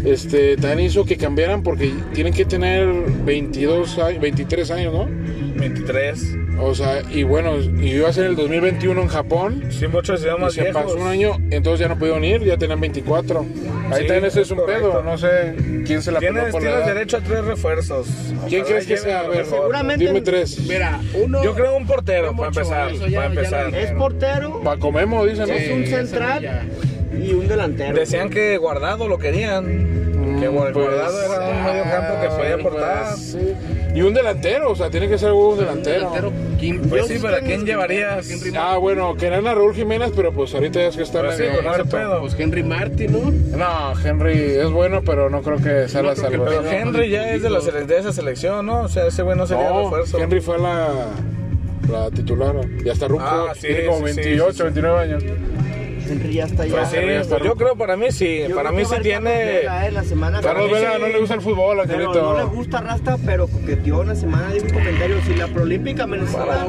Speaker 3: este, también hizo que cambiaran porque tienen que tener 22 años, 23 años, ¿no?
Speaker 6: 23.
Speaker 3: O sea, y bueno, y iba a ser el 2021 en Japón.
Speaker 6: Sí, muchos se
Speaker 3: y
Speaker 6: llaman
Speaker 3: se pasó un año, entonces ya no pudieron ir, ya tenían 24. Ahí
Speaker 6: Sí,
Speaker 3: también ese es un
Speaker 6: correcto.
Speaker 3: pedo, no sé quién se la peló
Speaker 6: Tienes,
Speaker 3: por la
Speaker 6: tienes
Speaker 3: edad.
Speaker 6: derecho a tres refuerzos.
Speaker 3: ¿Quién
Speaker 6: Ojalá
Speaker 3: crees que
Speaker 6: lleven
Speaker 3: sea?
Speaker 6: lo
Speaker 3: A ver,
Speaker 6: mejor.
Speaker 2: Seguramente-
Speaker 3: dime tres.
Speaker 4: Mira, uno.
Speaker 6: Yo creo un portero,
Speaker 4: Memo
Speaker 6: para
Speaker 4: Ochoa,
Speaker 6: empezar.
Speaker 4: eso ya-
Speaker 6: Para
Speaker 4: ya lo
Speaker 6: empezar.
Speaker 4: dije.
Speaker 2: Es portero,
Speaker 3: Pacomemo, dicen, ¿no?
Speaker 2: es un
Speaker 4: esa
Speaker 2: central
Speaker 4: ya.
Speaker 2: y un delantero.
Speaker 6: Decían que Guardado lo querían. Que Guar-
Speaker 3: Pues,
Speaker 6: Guardado era un medio campo que
Speaker 3: ah,
Speaker 6: podía aportar.
Speaker 3: pues, sí. Y un delantero, o sea, tiene que ser un delantero.
Speaker 4: Delantero, Kim.
Speaker 6: Pues
Speaker 4: Yo
Speaker 6: sí,
Speaker 4: sí
Speaker 6: pero ¿a
Speaker 4: tengo
Speaker 3: este
Speaker 6: quién
Speaker 4: un-
Speaker 6: llevarías?
Speaker 4: Henry Martin.
Speaker 3: Ah, bueno, querían a Raúl Jiménez, pero pues ahorita ya es que está
Speaker 6: Pues sí,
Speaker 3: medio
Speaker 6: con ese
Speaker 3: muerto.
Speaker 6: pedo.
Speaker 4: Pues Henry Martin, ¿no?
Speaker 3: No, Henry es bueno, pero no creo que sea
Speaker 4: No
Speaker 3: la
Speaker 4: creo que
Speaker 6: Pero
Speaker 4: no.
Speaker 3: salvación.
Speaker 6: Henry ya es de, la sele- de esa selección, ¿no? O sea, ese güey no sería
Speaker 3: No,
Speaker 6: refuerzo.
Speaker 3: Henry fue la, la titular. Ya está Ruco,
Speaker 6: Ah, sí,
Speaker 3: tiene como
Speaker 6: sí, sí,
Speaker 3: 28,
Speaker 6: sí, sí.
Speaker 3: 29 años.
Speaker 2: Henry ya está ya.
Speaker 6: Pues sí, pues yo creo para mí sí.
Speaker 2: Yo
Speaker 6: para
Speaker 2: creo
Speaker 6: mí
Speaker 2: que
Speaker 6: sí
Speaker 2: va a ir Carlos
Speaker 6: tiene.
Speaker 2: Vela, eh, la semana que
Speaker 7: Carlos
Speaker 2: viene.
Speaker 7: Vela no le gusta el fútbol,
Speaker 2: Pero no le
Speaker 7: Angelito.
Speaker 2: gusta Rasta, pero coqueteó una semana de un comentario. Si la Prolímpica me necesita,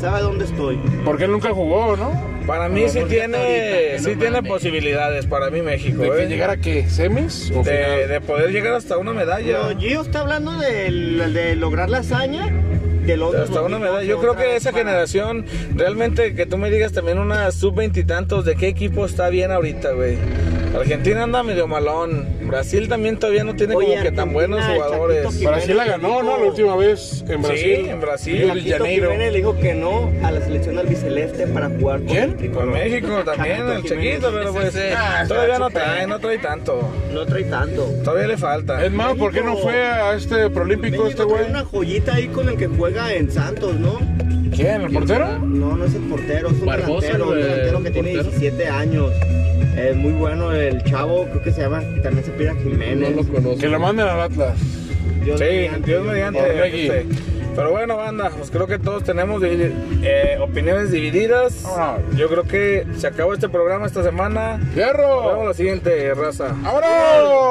Speaker 2: sabe dónde estoy.
Speaker 7: Porque él nunca jugó, ¿no?
Speaker 6: Para mí sí tiene. Sí tiene posibilidades para mí México.
Speaker 7: De que
Speaker 6: eh.
Speaker 7: llegara qué, semis o
Speaker 6: De,
Speaker 7: final.
Speaker 6: de poder llegar hasta una medalla.
Speaker 2: Pero Gio está hablando del- de, lograr la hazaña del otro.
Speaker 6: Hasta una
Speaker 2: 2012,
Speaker 6: medalla. Yo creo
Speaker 2: otra
Speaker 6: que
Speaker 2: vez
Speaker 6: esa
Speaker 2: para-
Speaker 6: generación, realmente que tú me digas también una sub veintitantos, ¿de qué equipo está bien ahorita, güey? Argentina anda medio malón. Brasil también todavía no tiene
Speaker 2: Oye,
Speaker 6: como que tan
Speaker 2: Argentina,
Speaker 6: buenos
Speaker 2: el
Speaker 6: jugadores.
Speaker 2: Chaquito
Speaker 7: Brasil la ganó, ¿no? La última vez en
Speaker 6: Sí,
Speaker 7: Brasil.
Speaker 6: en Brasil.
Speaker 7: Río de
Speaker 2: Paquito
Speaker 7: Janeiro.
Speaker 2: Jiménez le dijo que no a la selección albiceleste para jugar con
Speaker 7: ¿Quién?
Speaker 2: el tricolor.
Speaker 6: Con México también,
Speaker 2: Chaquito
Speaker 6: el
Speaker 2: Jiménez.
Speaker 6: chiquito, pero pues
Speaker 2: Ah,
Speaker 6: todavía no
Speaker 2: está
Speaker 6: trae, no trae tanto.
Speaker 2: No trae tanto.
Speaker 6: Todavía le falta.
Speaker 7: Es más, ¿por qué no fue a este Prolímpico
Speaker 2: México
Speaker 7: este
Speaker 2: trae
Speaker 7: güey?
Speaker 2: una joyita ahí con el que juega en Santos, ¿no?
Speaker 7: ¿Quién? ¿El portero?
Speaker 2: No, no es el portero, es un
Speaker 4: Barbosa,
Speaker 2: delantero, un
Speaker 4: el
Speaker 2: delantero que
Speaker 4: portero.
Speaker 2: tiene 17 años. Es muy bueno el chavo, creo que se llama, también se pide
Speaker 4: No
Speaker 2: Jiménez.
Speaker 4: lo conozco.
Speaker 7: Que lo manden al Atlas.
Speaker 2: Dios
Speaker 6: Sí,
Speaker 2: mediante,
Speaker 6: Dios
Speaker 2: mediante.
Speaker 6: mediante.
Speaker 7: Orlegui.
Speaker 6: este. Pero bueno, banda, pues creo que todos tenemos dividi- eh, opiniones divididas.
Speaker 7: Ah.
Speaker 6: Yo creo que se acabó este programa esta semana. Nos vemos
Speaker 7: ¡Fierro!
Speaker 6: la siguiente, raza.
Speaker 7: ¡Ahora!